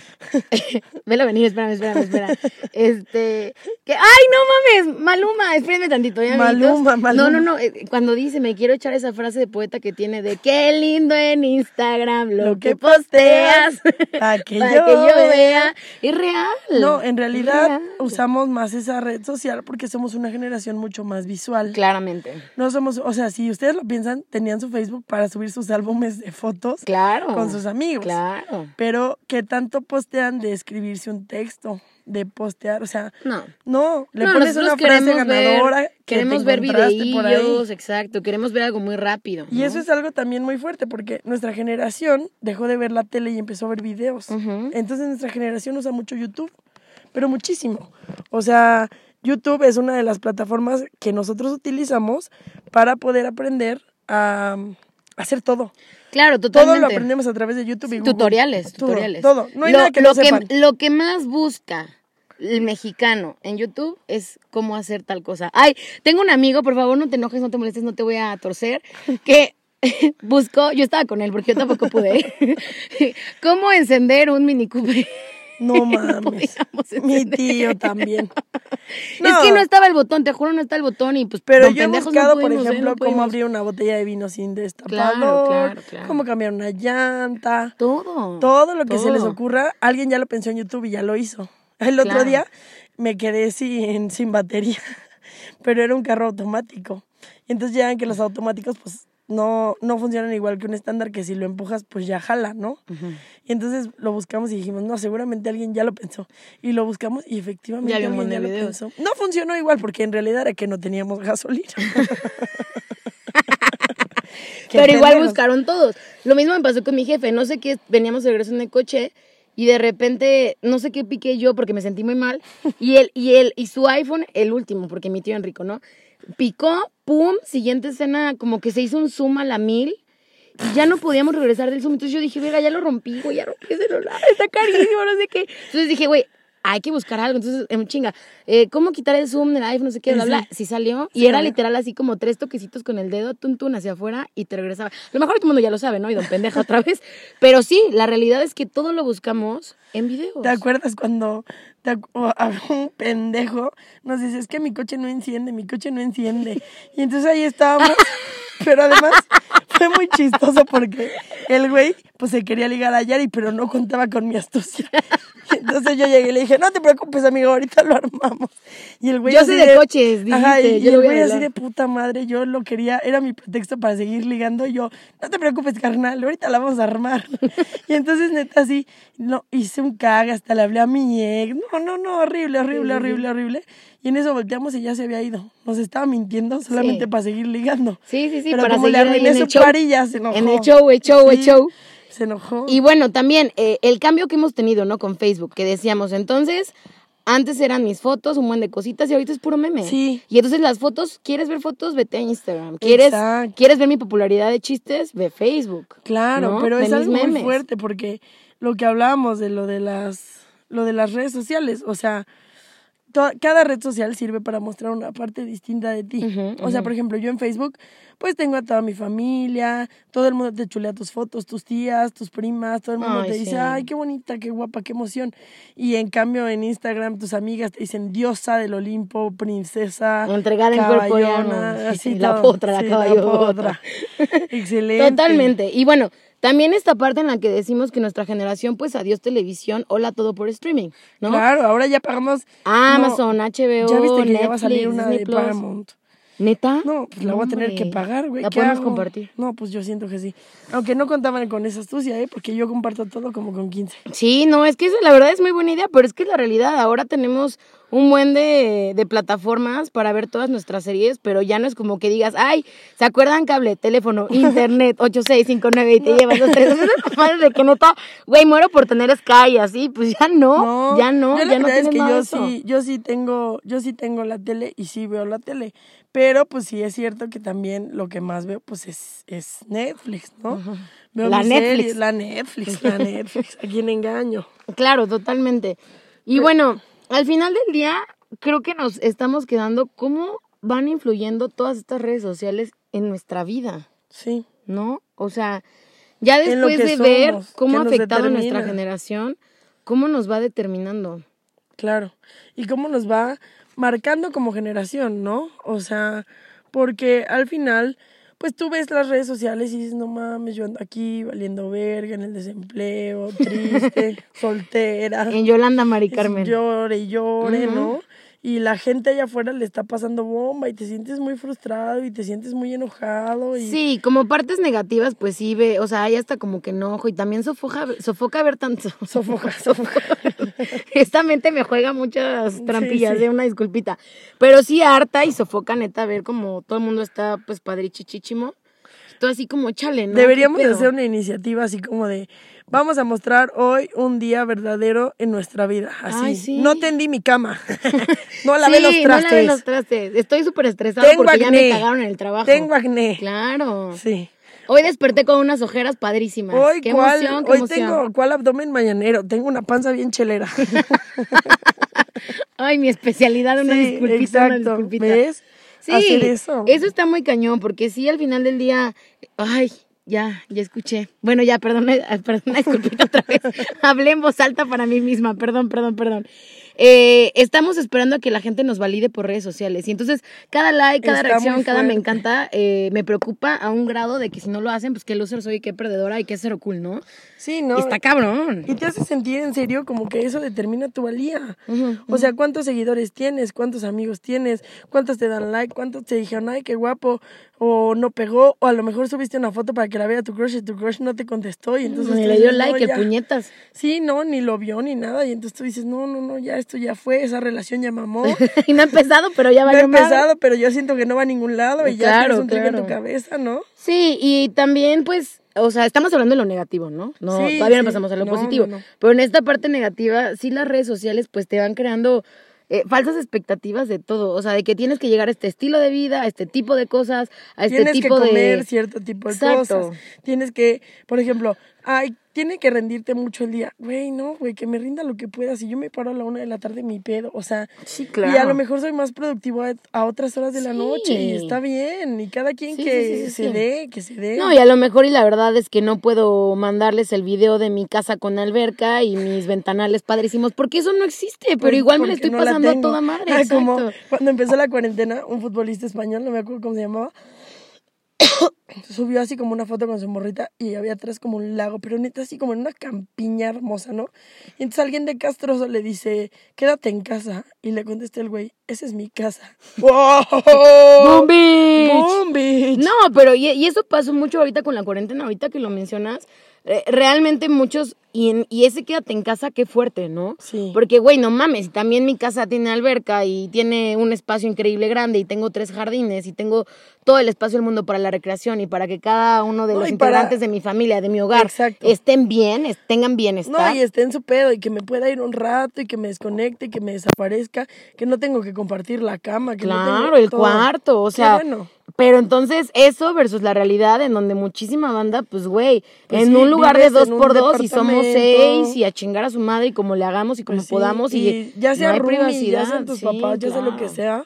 Speaker 2: Velo venir, espérame, espérame, espera. Este. Que... ¡Ay, no mames! Maluma, espérenme tantito, ¿ya? amiguitos?
Speaker 1: Maluma, Maluma.
Speaker 2: No, no, no. eh, Cuando dice, me quiero echar esa frase de poeta que tiene de qué lindo en Instagram lo,
Speaker 1: Lo que
Speaker 2: que posteas.
Speaker 1: posteas, pa' que
Speaker 2: pa'
Speaker 1: yo vea".
Speaker 2: Es real.
Speaker 1: No, en realidad
Speaker 2: Es real.
Speaker 1: usamos más esa red social porque somos una generación mucho más visual.
Speaker 2: Claramente.
Speaker 1: No somos, o sea, si ustedes lo piensan, tenían su Facebook para subir sus álbumes de fotos
Speaker 2: Claro.
Speaker 1: con sus amigos.
Speaker 2: Claro.
Speaker 1: Pero, ¿qué tanto postean de escribirse un texto? De postear, o sea,
Speaker 2: No.
Speaker 1: no, le
Speaker 2: no,
Speaker 1: pones
Speaker 2: nosotros
Speaker 1: una frase
Speaker 2: queremos ver-
Speaker 1: ganadora. que
Speaker 2: queremos
Speaker 1: te
Speaker 2: ver
Speaker 1: encontraste por ahí.
Speaker 2: videillos, exacto. Queremos ver algo muy rápido.
Speaker 1: Y
Speaker 2: ¿no?
Speaker 1: eso es algo también muy fuerte porque nuestra generación dejó de ver la tele y empezó a ver videos.
Speaker 2: Ujú.
Speaker 1: Entonces nuestra generación usa mucho YouTube, pero muchísimo. O sea, YouTube es una de las plataformas que nosotros utilizamos para poder aprender a um, hacer todo.
Speaker 2: Claro,
Speaker 1: Todo
Speaker 2: totalmente.
Speaker 1: lo aprendemos a través de YouTube y Google.
Speaker 2: Tutoriales,
Speaker 1: Todo,
Speaker 2: tutoriales.
Speaker 1: Todo, no hay
Speaker 2: lo,
Speaker 1: nada que
Speaker 2: lo
Speaker 1: no sepan.
Speaker 2: Lo que más busca el mexicano en YouTube es cómo hacer tal cosa. Ay, tengo un amigo, por favor, no te enojes, no te molestes, no te voy a torcer, que buscó, yo estaba con él porque yo tampoco pude, ¿eh? cómo encender un mini cooper.
Speaker 1: No mames.
Speaker 2: podíamos
Speaker 1: Mi
Speaker 2: entender.
Speaker 1: tío también.
Speaker 2: Es que no estaba el botón, te juro, no está el botón y pues
Speaker 1: Pero
Speaker 2: don
Speaker 1: yo he
Speaker 2: pendejos no
Speaker 1: buscado, por
Speaker 2: pudimos, ¿eh? No
Speaker 1: ejemplo, cómo
Speaker 2: pudimos.
Speaker 1: abrir una botella de vino sin destapador,
Speaker 2: Claro, claro, claro.
Speaker 1: cómo cambiar una llanta,
Speaker 2: todo.
Speaker 1: todo lo que se les
Speaker 2: todo.
Speaker 1: ocurra, alguien ya lo pensó en YouTube y ya lo hizo. El otro
Speaker 2: Claro.
Speaker 1: día me quedé sin, sin batería, pero era un carro automático. Y entonces ya ven que los automáticos pues no, no funcionan igual que un estándar que si lo empujas pues ya jala, ¿no? Y entonces lo buscamos y dijimos, no, seguramente alguien ya lo pensó. Y lo buscamos y efectivamente
Speaker 2: Ya había un
Speaker 1: alguien ya
Speaker 2: montón
Speaker 1: lo
Speaker 2: de videos.
Speaker 1: pensó. No funcionó igual porque en realidad era que no teníamos gasolina. Qué
Speaker 2: Pero igual
Speaker 1: pendejos.
Speaker 2: buscaron todos. Lo mismo me pasó con mi jefe. No sé qué, veníamos de regreso en el coche y de repente, no sé qué piqué yo porque me sentí muy mal. Y él, y él, y su iPhone, el último, porque mi tío Enrico, ¿no? Picó, pum, siguiente escena, como que se hizo un zoom a la mil. Y ya no podíamos regresar del Zoom. Entonces yo dije, verga, ya lo rompí, güey, ya rompí el celular, está carísimo, no sé qué. Entonces dije, güey, hay que buscar algo. Entonces, en chinga, eh, ¿cómo quitar el Zoom del iPhone? No sé qué,
Speaker 1: Sí,
Speaker 2: bla,
Speaker 1: sí.
Speaker 2: bla. Sí salió.
Speaker 1: Sí
Speaker 2: y era
Speaker 1: salió.
Speaker 2: literal así como tres toquecitos con el dedo, tun, tun, hacia afuera y te regresaba. A lo mejor todo el mundo ya lo sabe, ¿no? Y don pendeja otra vez. Pero sí, la realidad es que todo lo buscamos en videos.
Speaker 1: ¿Te acuerdas cuando te acu- o- a- un pendejo nos dice, es que mi coche no enciende, mi coche no enciende? Y entonces ahí estábamos, pero además fue muy chistoso porque el güey pues se quería ligar a Yari, pero no contaba con mi astucia. Y entonces yo llegué y le dije, no te preocupes, amigo, ahorita lo armamos. Y el güey
Speaker 2: Yo
Speaker 1: así
Speaker 2: sé de coches,
Speaker 1: Ajá, y,
Speaker 2: dijiste,
Speaker 1: y
Speaker 2: yo
Speaker 1: el
Speaker 2: lo voy a
Speaker 1: güey así
Speaker 2: arreglar.
Speaker 1: de puta madre, yo lo quería, era mi pretexto para seguir ligando. y yo, no te preocupes, carnal, ahorita la vamos a armar. y entonces, neta, así, no, hice un caga, hasta le hablé a mi ex. No, no, no, horrible, horrible, horrible, horrible. Y en eso volteamos y ya se había ido. Nos estaba mintiendo solamente
Speaker 2: Sí.
Speaker 1: para seguir ligando.
Speaker 2: Sí, sí, sí,
Speaker 1: Pero
Speaker 2: para
Speaker 1: como le
Speaker 2: seguir ahí
Speaker 1: arruiné
Speaker 2: en el
Speaker 1: su
Speaker 2: show.
Speaker 1: party, ya se enojó.
Speaker 2: En el show, el show, el show.
Speaker 1: Se enojó.
Speaker 2: Y bueno, también eh, el cambio que hemos tenido, ¿no? Con Facebook, que decíamos entonces, antes eran mis fotos, un buen de cositas y ahorita es puro meme.
Speaker 1: Sí.
Speaker 2: Y entonces las fotos, ¿quieres ver fotos? Vete a Instagram. ¿Quieres,
Speaker 1: Exacto.
Speaker 2: ¿quieres ver mi popularidad de chistes? Ve Facebook.
Speaker 1: Claro,
Speaker 2: ¿no?
Speaker 1: pero
Speaker 2: Ve
Speaker 1: es
Speaker 2: mis
Speaker 1: algo muy
Speaker 2: memes.
Speaker 1: fuerte porque lo que hablábamos de lo de las lo de las redes sociales, o sea, to- cada red social sirve para mostrar una parte distinta de ti.
Speaker 2: Ujú,
Speaker 1: O sea, por ejemplo, yo en Facebook, pues tengo a toda mi familia, todo el mundo te chulea tus fotos, tus tías, tus primas, todo el mundo
Speaker 2: Ay,
Speaker 1: te dice,
Speaker 2: sí.
Speaker 1: ay, qué bonita, qué guapa, qué emoción. Y en cambio en Instagram tus amigas te dicen diosa del Olimpo, princesa,
Speaker 2: Entregada en cuerpo y
Speaker 1: caballona",
Speaker 2: alma.
Speaker 1: así
Speaker 2: La
Speaker 1: todo.
Speaker 2: potra, la
Speaker 1: Sí,
Speaker 2: caballota.
Speaker 1: Excelente.
Speaker 2: Totalmente. Y bueno, también esta parte en la que decimos que nuestra generación, pues adiós televisión, hola todo por streaming, ¿no?
Speaker 1: Claro, ahora ya pagamos
Speaker 2: Amazon, HBO,
Speaker 1: Ya viste que ya va a
Speaker 2: Netflix,
Speaker 1: salir una
Speaker 2: Disney
Speaker 1: de
Speaker 2: Plus.
Speaker 1: Paramount.
Speaker 2: ¿Neta?
Speaker 1: No, pues la voy a tener que
Speaker 2: hombre.
Speaker 1: pagar, güey.
Speaker 2: La
Speaker 1: ¿qué
Speaker 2: podemos
Speaker 1: hago?
Speaker 2: compartir.
Speaker 1: No, pues yo siento que sí. Aunque no contaban con esa astucia, ¿eh? Porque yo comparto todo como con 15.
Speaker 2: Sí, no, es que eso, la verdad es muy buena idea, pero es que es la realidad. Ahora tenemos un buen de, de plataformas para ver todas nuestras series, pero ya no es como que digas, ay, ¿se acuerdan cable, teléfono, internet, 8659 y te llevas los tres? Esas madres de que neta, güey, muero por tener Sky, así, pues ya no, ya no,
Speaker 1: yo la
Speaker 2: ya no
Speaker 1: verdad
Speaker 2: tienes
Speaker 1: es que
Speaker 2: nada de
Speaker 1: yo
Speaker 2: eso.
Speaker 1: sí, yo sí tengo, yo sí tengo la tele y sí veo la tele. Pero pues sí es cierto que también lo que más veo pues es, es Netflix, ¿no? Veo
Speaker 2: La
Speaker 1: mis
Speaker 2: Netflix.
Speaker 1: series, la Netflix, la Netflix. ¿A quién engaño?
Speaker 2: Claro, totalmente. Y bueno, al final del día, creo que nos estamos quedando cómo van influyendo todas estas redes sociales en nuestra vida.
Speaker 1: Sí.
Speaker 2: ¿no? O sea, ya
Speaker 1: En lo
Speaker 2: después
Speaker 1: que
Speaker 2: de ver
Speaker 1: somos,
Speaker 2: cómo ha
Speaker 1: que nos
Speaker 2: afectado a nuestra
Speaker 1: determina.
Speaker 2: generación, cómo nos va determinando.
Speaker 1: Claro. Y cómo nos va marcando como generación, ¿no? O sea, porque al final, pues tú ves las redes sociales y dices, no mames, yo ando aquí valiendo verga en el desempleo, triste, soltera.
Speaker 2: En Yolanda Mari
Speaker 1: Es
Speaker 2: Carmen.
Speaker 1: Llore y llore, ¿no? Y la gente allá afuera le está pasando bomba y te sientes muy frustrado y te sientes muy enojado y
Speaker 2: Sí, como partes negativas, pues sí ve, o sea, hay hasta como que enojo y también sofoca, sofoca ver tanto.
Speaker 1: sofoca, sofoca.
Speaker 2: Esta mente me juega muchas trampillas,
Speaker 1: Sí, sí.
Speaker 2: de una disculpita. Pero sí harta y sofoca, neta, ver como todo el mundo está, pues, padrichichichimo. Todo así como chale, ¿no? ¿Qué
Speaker 1: Deberíamos de
Speaker 2: pedo?
Speaker 1: hacer una iniciativa así como de vamos a mostrar hoy un día verdadero en nuestra vida. Así.
Speaker 2: Ay, sí.
Speaker 1: No tendí mi cama. no
Speaker 2: Sí,
Speaker 1: lavé los
Speaker 2: No lavé
Speaker 1: trastes.
Speaker 2: los trastes. Estoy súper estresada
Speaker 1: Tengo
Speaker 2: porque ya me
Speaker 1: acné.
Speaker 2: cagaron en el trabajo.
Speaker 1: Tengo acné.
Speaker 2: Claro.
Speaker 1: Sí.
Speaker 2: Hoy desperté con unas ojeras padrísimas.
Speaker 1: Hoy
Speaker 2: qué
Speaker 1: cuál,
Speaker 2: emoción, qué
Speaker 1: hoy
Speaker 2: emoción.
Speaker 1: tengo cuál abdomen mañanero. Tengo una panza bien chelera.
Speaker 2: Ay, mi especialidad, una
Speaker 1: Sí,
Speaker 2: disculpita, una
Speaker 1: exacto.
Speaker 2: disculpita.
Speaker 1: ¿Ves?
Speaker 2: Sí,
Speaker 1: Hacer eso.
Speaker 2: está muy cañón, porque sí, al final del día, ay, ya, ya escuché. Bueno, ya, perdón, eh, perdón, una disculpita otra vez. Hablé en voz alta para mí misma, perdón, perdón, perdón. Eh, estamos esperando a que la gente nos valide por redes sociales. Y entonces, cada like, cada
Speaker 1: Está
Speaker 2: reacción,
Speaker 1: muy
Speaker 2: cada me
Speaker 1: fuerte.
Speaker 2: encanta, eh, me preocupa a un grado de que si no lo hacen, pues qué loser soy, qué perdedora y qué cero cool, ¿no?
Speaker 1: Sí, ¿no?
Speaker 2: Está cabrón.
Speaker 1: Y te hace sentir en serio como que eso determina tu valía.
Speaker 2: Ujú,
Speaker 1: O sea, cuántos seguidores tienes, cuántos amigos tienes, cuántos te dan like, cuántos te dijeron, ay, qué guapo, o no pegó, o a lo mejor subiste una foto para que la vea tu crush y tu crush no te contestó y entonces...
Speaker 2: Me
Speaker 1: tú
Speaker 2: le
Speaker 1: dices,
Speaker 2: dio
Speaker 1: Pues "No,
Speaker 2: like
Speaker 1: ya".
Speaker 2: el puñetas.
Speaker 1: Sí, no, ni lo vio ni nada y entonces tú dices, no, no, no, ya esto ya fue, esa relación ya mamó.
Speaker 2: y no ha empezado, pero ya
Speaker 1: No
Speaker 2: valió
Speaker 1: he
Speaker 2: madre.
Speaker 1: empezado, pero yo siento que no va a ningún lado y ya
Speaker 2: Claro,
Speaker 1: tienes un trigo en
Speaker 2: claro.
Speaker 1: tu cabeza, ¿no?
Speaker 2: Sí, y también, pues, o sea, estamos hablando de lo negativo, ¿no? No,
Speaker 1: Sí,
Speaker 2: todavía no
Speaker 1: sí.
Speaker 2: pasamos a lo
Speaker 1: No,
Speaker 2: positivo.
Speaker 1: no, no.
Speaker 2: Pero en esta parte negativa, sí las redes sociales, pues, te van creando eh, falsas expectativas de todo. O sea, de que tienes que llegar a este estilo de vida, a este tipo de cosas, a este
Speaker 1: tienes que
Speaker 2: tipo
Speaker 1: comer
Speaker 2: de...
Speaker 1: cierto tipo de
Speaker 2: Exacto.
Speaker 1: cosas. Tienes que, por ejemplo, ay, tiene que rendirte mucho el día. Güey, no, güey, que me rinda lo que pueda. Si yo me paro a la una de la tarde, mi pedo. O sea,
Speaker 2: Sí,
Speaker 1: y a lo mejor soy más productivo a, a otras horas de la
Speaker 2: Sí.
Speaker 1: noche. Y está bien. Y cada quien
Speaker 2: Sí,
Speaker 1: que
Speaker 2: sí, sí, sí,
Speaker 1: se
Speaker 2: sí.
Speaker 1: dé, que se dé.
Speaker 2: No, y a lo mejor y la verdad es que no puedo mandarles el video de mi casa con alberca y mis ventanales padrísimos, porque eso no existe, pero
Speaker 1: Por-
Speaker 2: igual me lo
Speaker 1: Pues, porque
Speaker 2: estoy
Speaker 1: no la
Speaker 2: pasando a
Speaker 1: tengo.
Speaker 2: toda madre.
Speaker 1: Ah, como
Speaker 2: exacto.
Speaker 1: cuando empezó la cuarentena, un futbolista español, no me acuerdo cómo se llamaba, subió así como una foto con su morrita y había atrás como un lago, pero neta así como en una campiña hermosa, ¿no? Y entonces alguien de Castroso le dice, quédate en casa. Y le contesta el güey, esa es mi casa. ¡Wow!
Speaker 2: ¡Boom, bitch!
Speaker 1: ¡Boom, bitch!
Speaker 2: No, pero y, y eso pasó mucho ahorita con la cuarentena, ahorita que lo mencionas. eh, Realmente muchos, y, en- y ese quédate en casa, qué fuerte, ¿no?
Speaker 1: Sí.
Speaker 2: Porque, güey, no mames, también mi casa tiene alberca y tiene un espacio increíble grande y tengo tres jardines y tengo todo el espacio del mundo para la recreación y para que cada uno de
Speaker 1: No,
Speaker 2: los
Speaker 1: y para-
Speaker 2: integrantes de mi familia, de mi hogar,
Speaker 1: Exacto.
Speaker 2: estén bien, es- tengan bienestar.
Speaker 1: No, y esté en su pedo y que me pueda ir un rato y que me desconecte y que me desaparezca, que no tengo que compartir la cama, que no tengo
Speaker 2: Claro, el
Speaker 1: todo.
Speaker 2: cuarto, o
Speaker 1: Qué
Speaker 2: sea,
Speaker 1: bueno.
Speaker 2: Pero entonces eso versus la realidad en donde muchísima banda, pues güey,
Speaker 1: Pues
Speaker 2: en
Speaker 1: sí,
Speaker 2: un lugar de
Speaker 1: vives
Speaker 2: dos
Speaker 1: en un
Speaker 2: por dos y somos
Speaker 1: departamento.
Speaker 2: seis y a chingar a su madre y como le hagamos y como
Speaker 1: Pues sí,
Speaker 2: podamos y,
Speaker 1: ya sea
Speaker 2: no hay
Speaker 1: roomie,
Speaker 2: privacidad.
Speaker 1: ya sean tus
Speaker 2: sí,
Speaker 1: papás, ya sea lo que
Speaker 2: claro.
Speaker 1: sea.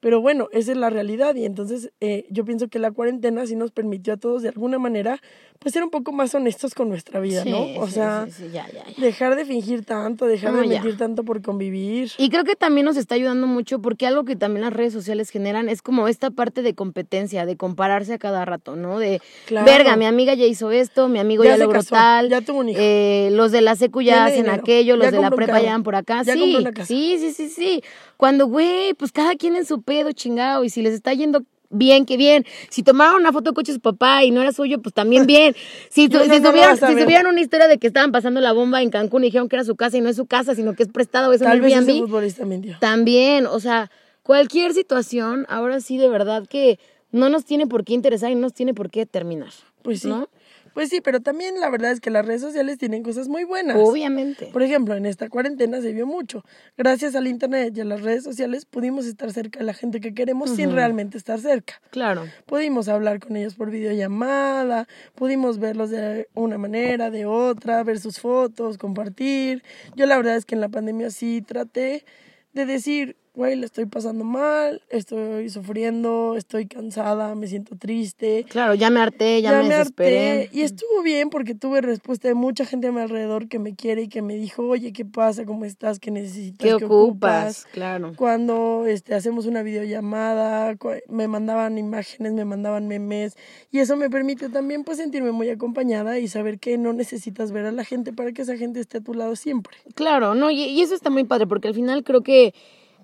Speaker 1: Pero bueno, esa es la realidad y entonces eh, yo pienso que la cuarentena sí nos permitió a todos de alguna manera pues ser un poco más honestos con nuestra vida,
Speaker 2: Sí,
Speaker 1: ¿no? O
Speaker 2: sí,
Speaker 1: sea,
Speaker 2: sí, sí, ya, ya, ya.
Speaker 1: dejar de fingir tanto, dejar
Speaker 2: No,
Speaker 1: de
Speaker 2: ya.
Speaker 1: mentir tanto por convivir.
Speaker 2: Y creo que también nos está ayudando mucho porque algo que también las redes sociales generan es como esta parte de competencia, de compararse a cada rato, ¿no? De,
Speaker 1: Claro.
Speaker 2: verga, mi amiga ya hizo esto, mi amigo
Speaker 1: Ya
Speaker 2: ya,
Speaker 1: se
Speaker 2: logró
Speaker 1: casó,
Speaker 2: tal,
Speaker 1: ya tuvo un hijo.
Speaker 2: eh, los de la secu ya
Speaker 1: Tiene
Speaker 2: hacen
Speaker 1: dinero,
Speaker 2: aquello, los
Speaker 1: ya
Speaker 2: de la
Speaker 1: compró un
Speaker 2: prepa
Speaker 1: carro,
Speaker 2: ya van por acá,
Speaker 1: ya compró
Speaker 2: sí,
Speaker 1: una casa.
Speaker 2: sí, sí, sí, sí. Cuando, güey, pues cada quien en su pedo, chingado, y si les está yendo... Bien, qué bien. Si tomaron una foto de coche de su papá y no era suyo, pues también bien. Si, tu-
Speaker 1: No, no,
Speaker 2: si
Speaker 1: no lo
Speaker 2: subieron,
Speaker 1: vas a
Speaker 2: si
Speaker 1: ver.
Speaker 2: subieron una historia de que estaban pasando la bomba en Cancún y dijeron que era su casa y no es su casa, sino que es prestado, es un
Speaker 1: Tal vez
Speaker 2: Airbnb.
Speaker 1: ese futbolista mintió.
Speaker 2: También, o sea, cualquier situación, ahora sí de verdad que no nos tiene por qué interesar y no nos tiene por qué terminar.
Speaker 1: Pues sí.
Speaker 2: ¿No?
Speaker 1: Pues sí, pero también la verdad es que las redes sociales tienen cosas muy buenas.
Speaker 2: Obviamente.
Speaker 1: Por ejemplo, en esta cuarentena se vio mucho. Gracias al internet y a las redes sociales pudimos estar cerca de la gente que queremos sin realmente estar cerca.
Speaker 2: Claro.
Speaker 1: Pudimos hablar con ellos por videollamada, pudimos verlos de una manera, de otra, ver sus fotos, compartir. Yo la verdad es que en la pandemia sí traté de decir, güey, le estoy pasando mal, estoy sufriendo, estoy cansada, me siento triste.
Speaker 2: Claro, ya me harté, ya, me,
Speaker 1: harté.
Speaker 2: desesperé.
Speaker 1: Y estuvo bien porque tuve respuesta de mucha gente a mi alrededor que me quiere y que me dijo, oye, ¿qué pasa? ¿Cómo estás? ¿Qué necesitas?
Speaker 2: ¿Qué ocupas? Claro.
Speaker 1: Cuando este, hacemos una videollamada, cua- me mandaban imágenes, me mandaban memes y eso me permitió también pues sentirme muy acompañada y saber que no necesitas ver a la gente para que esa gente esté a tu lado siempre.
Speaker 2: Claro, no, y, y eso está muy padre, porque al final creo que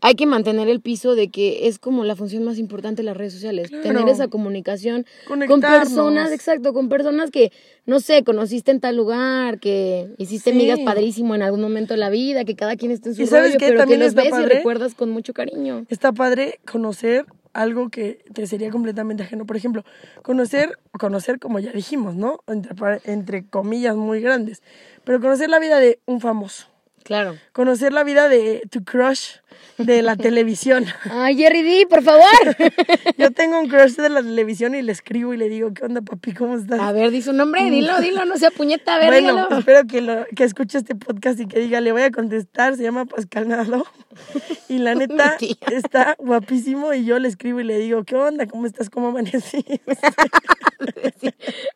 Speaker 2: hay que mantener el piso de que es como la función más importante de las redes sociales,
Speaker 1: Claro.
Speaker 2: tener esa comunicación con
Speaker 1: Conectarnos.
Speaker 2: personas, exacto, con personas que, no sé, conociste en tal lugar, que hiciste
Speaker 1: Sí.
Speaker 2: amigas padrísimo en algún momento de la vida, que cada quien está en su
Speaker 1: ¿Y sabes
Speaker 2: rollo,
Speaker 1: qué?
Speaker 2: pero que
Speaker 1: También
Speaker 2: los
Speaker 1: está
Speaker 2: ves y
Speaker 1: padre.
Speaker 2: recuerdas con mucho cariño.
Speaker 1: Está padre conocer algo que te sería completamente ajeno. Por ejemplo, conocer, conocer como ya dijimos, ¿no? Entre, par- entre comillas muy grandes. Pero conocer la vida de un famoso.
Speaker 2: Claro.
Speaker 1: Conocer la vida de tu crush de la televisión.
Speaker 2: Ay, Jerry D, por favor.
Speaker 1: Yo tengo un crush de la televisión y le escribo y le digo, ¿qué onda, papi? ¿Cómo estás?
Speaker 2: a ver, di su nombre, dilo, dilo, no sea puñeta, a ver,
Speaker 1: bueno,
Speaker 2: dígalo.
Speaker 1: espero que, lo, que escuche este podcast y que diga, le voy a contestar, se llama Pascal Nado. Y la neta,
Speaker 2: Mi tía.
Speaker 1: está guapísimo y yo le escribo y le digo, ¿qué onda? ¿Cómo estás? ¿Cómo amanecí?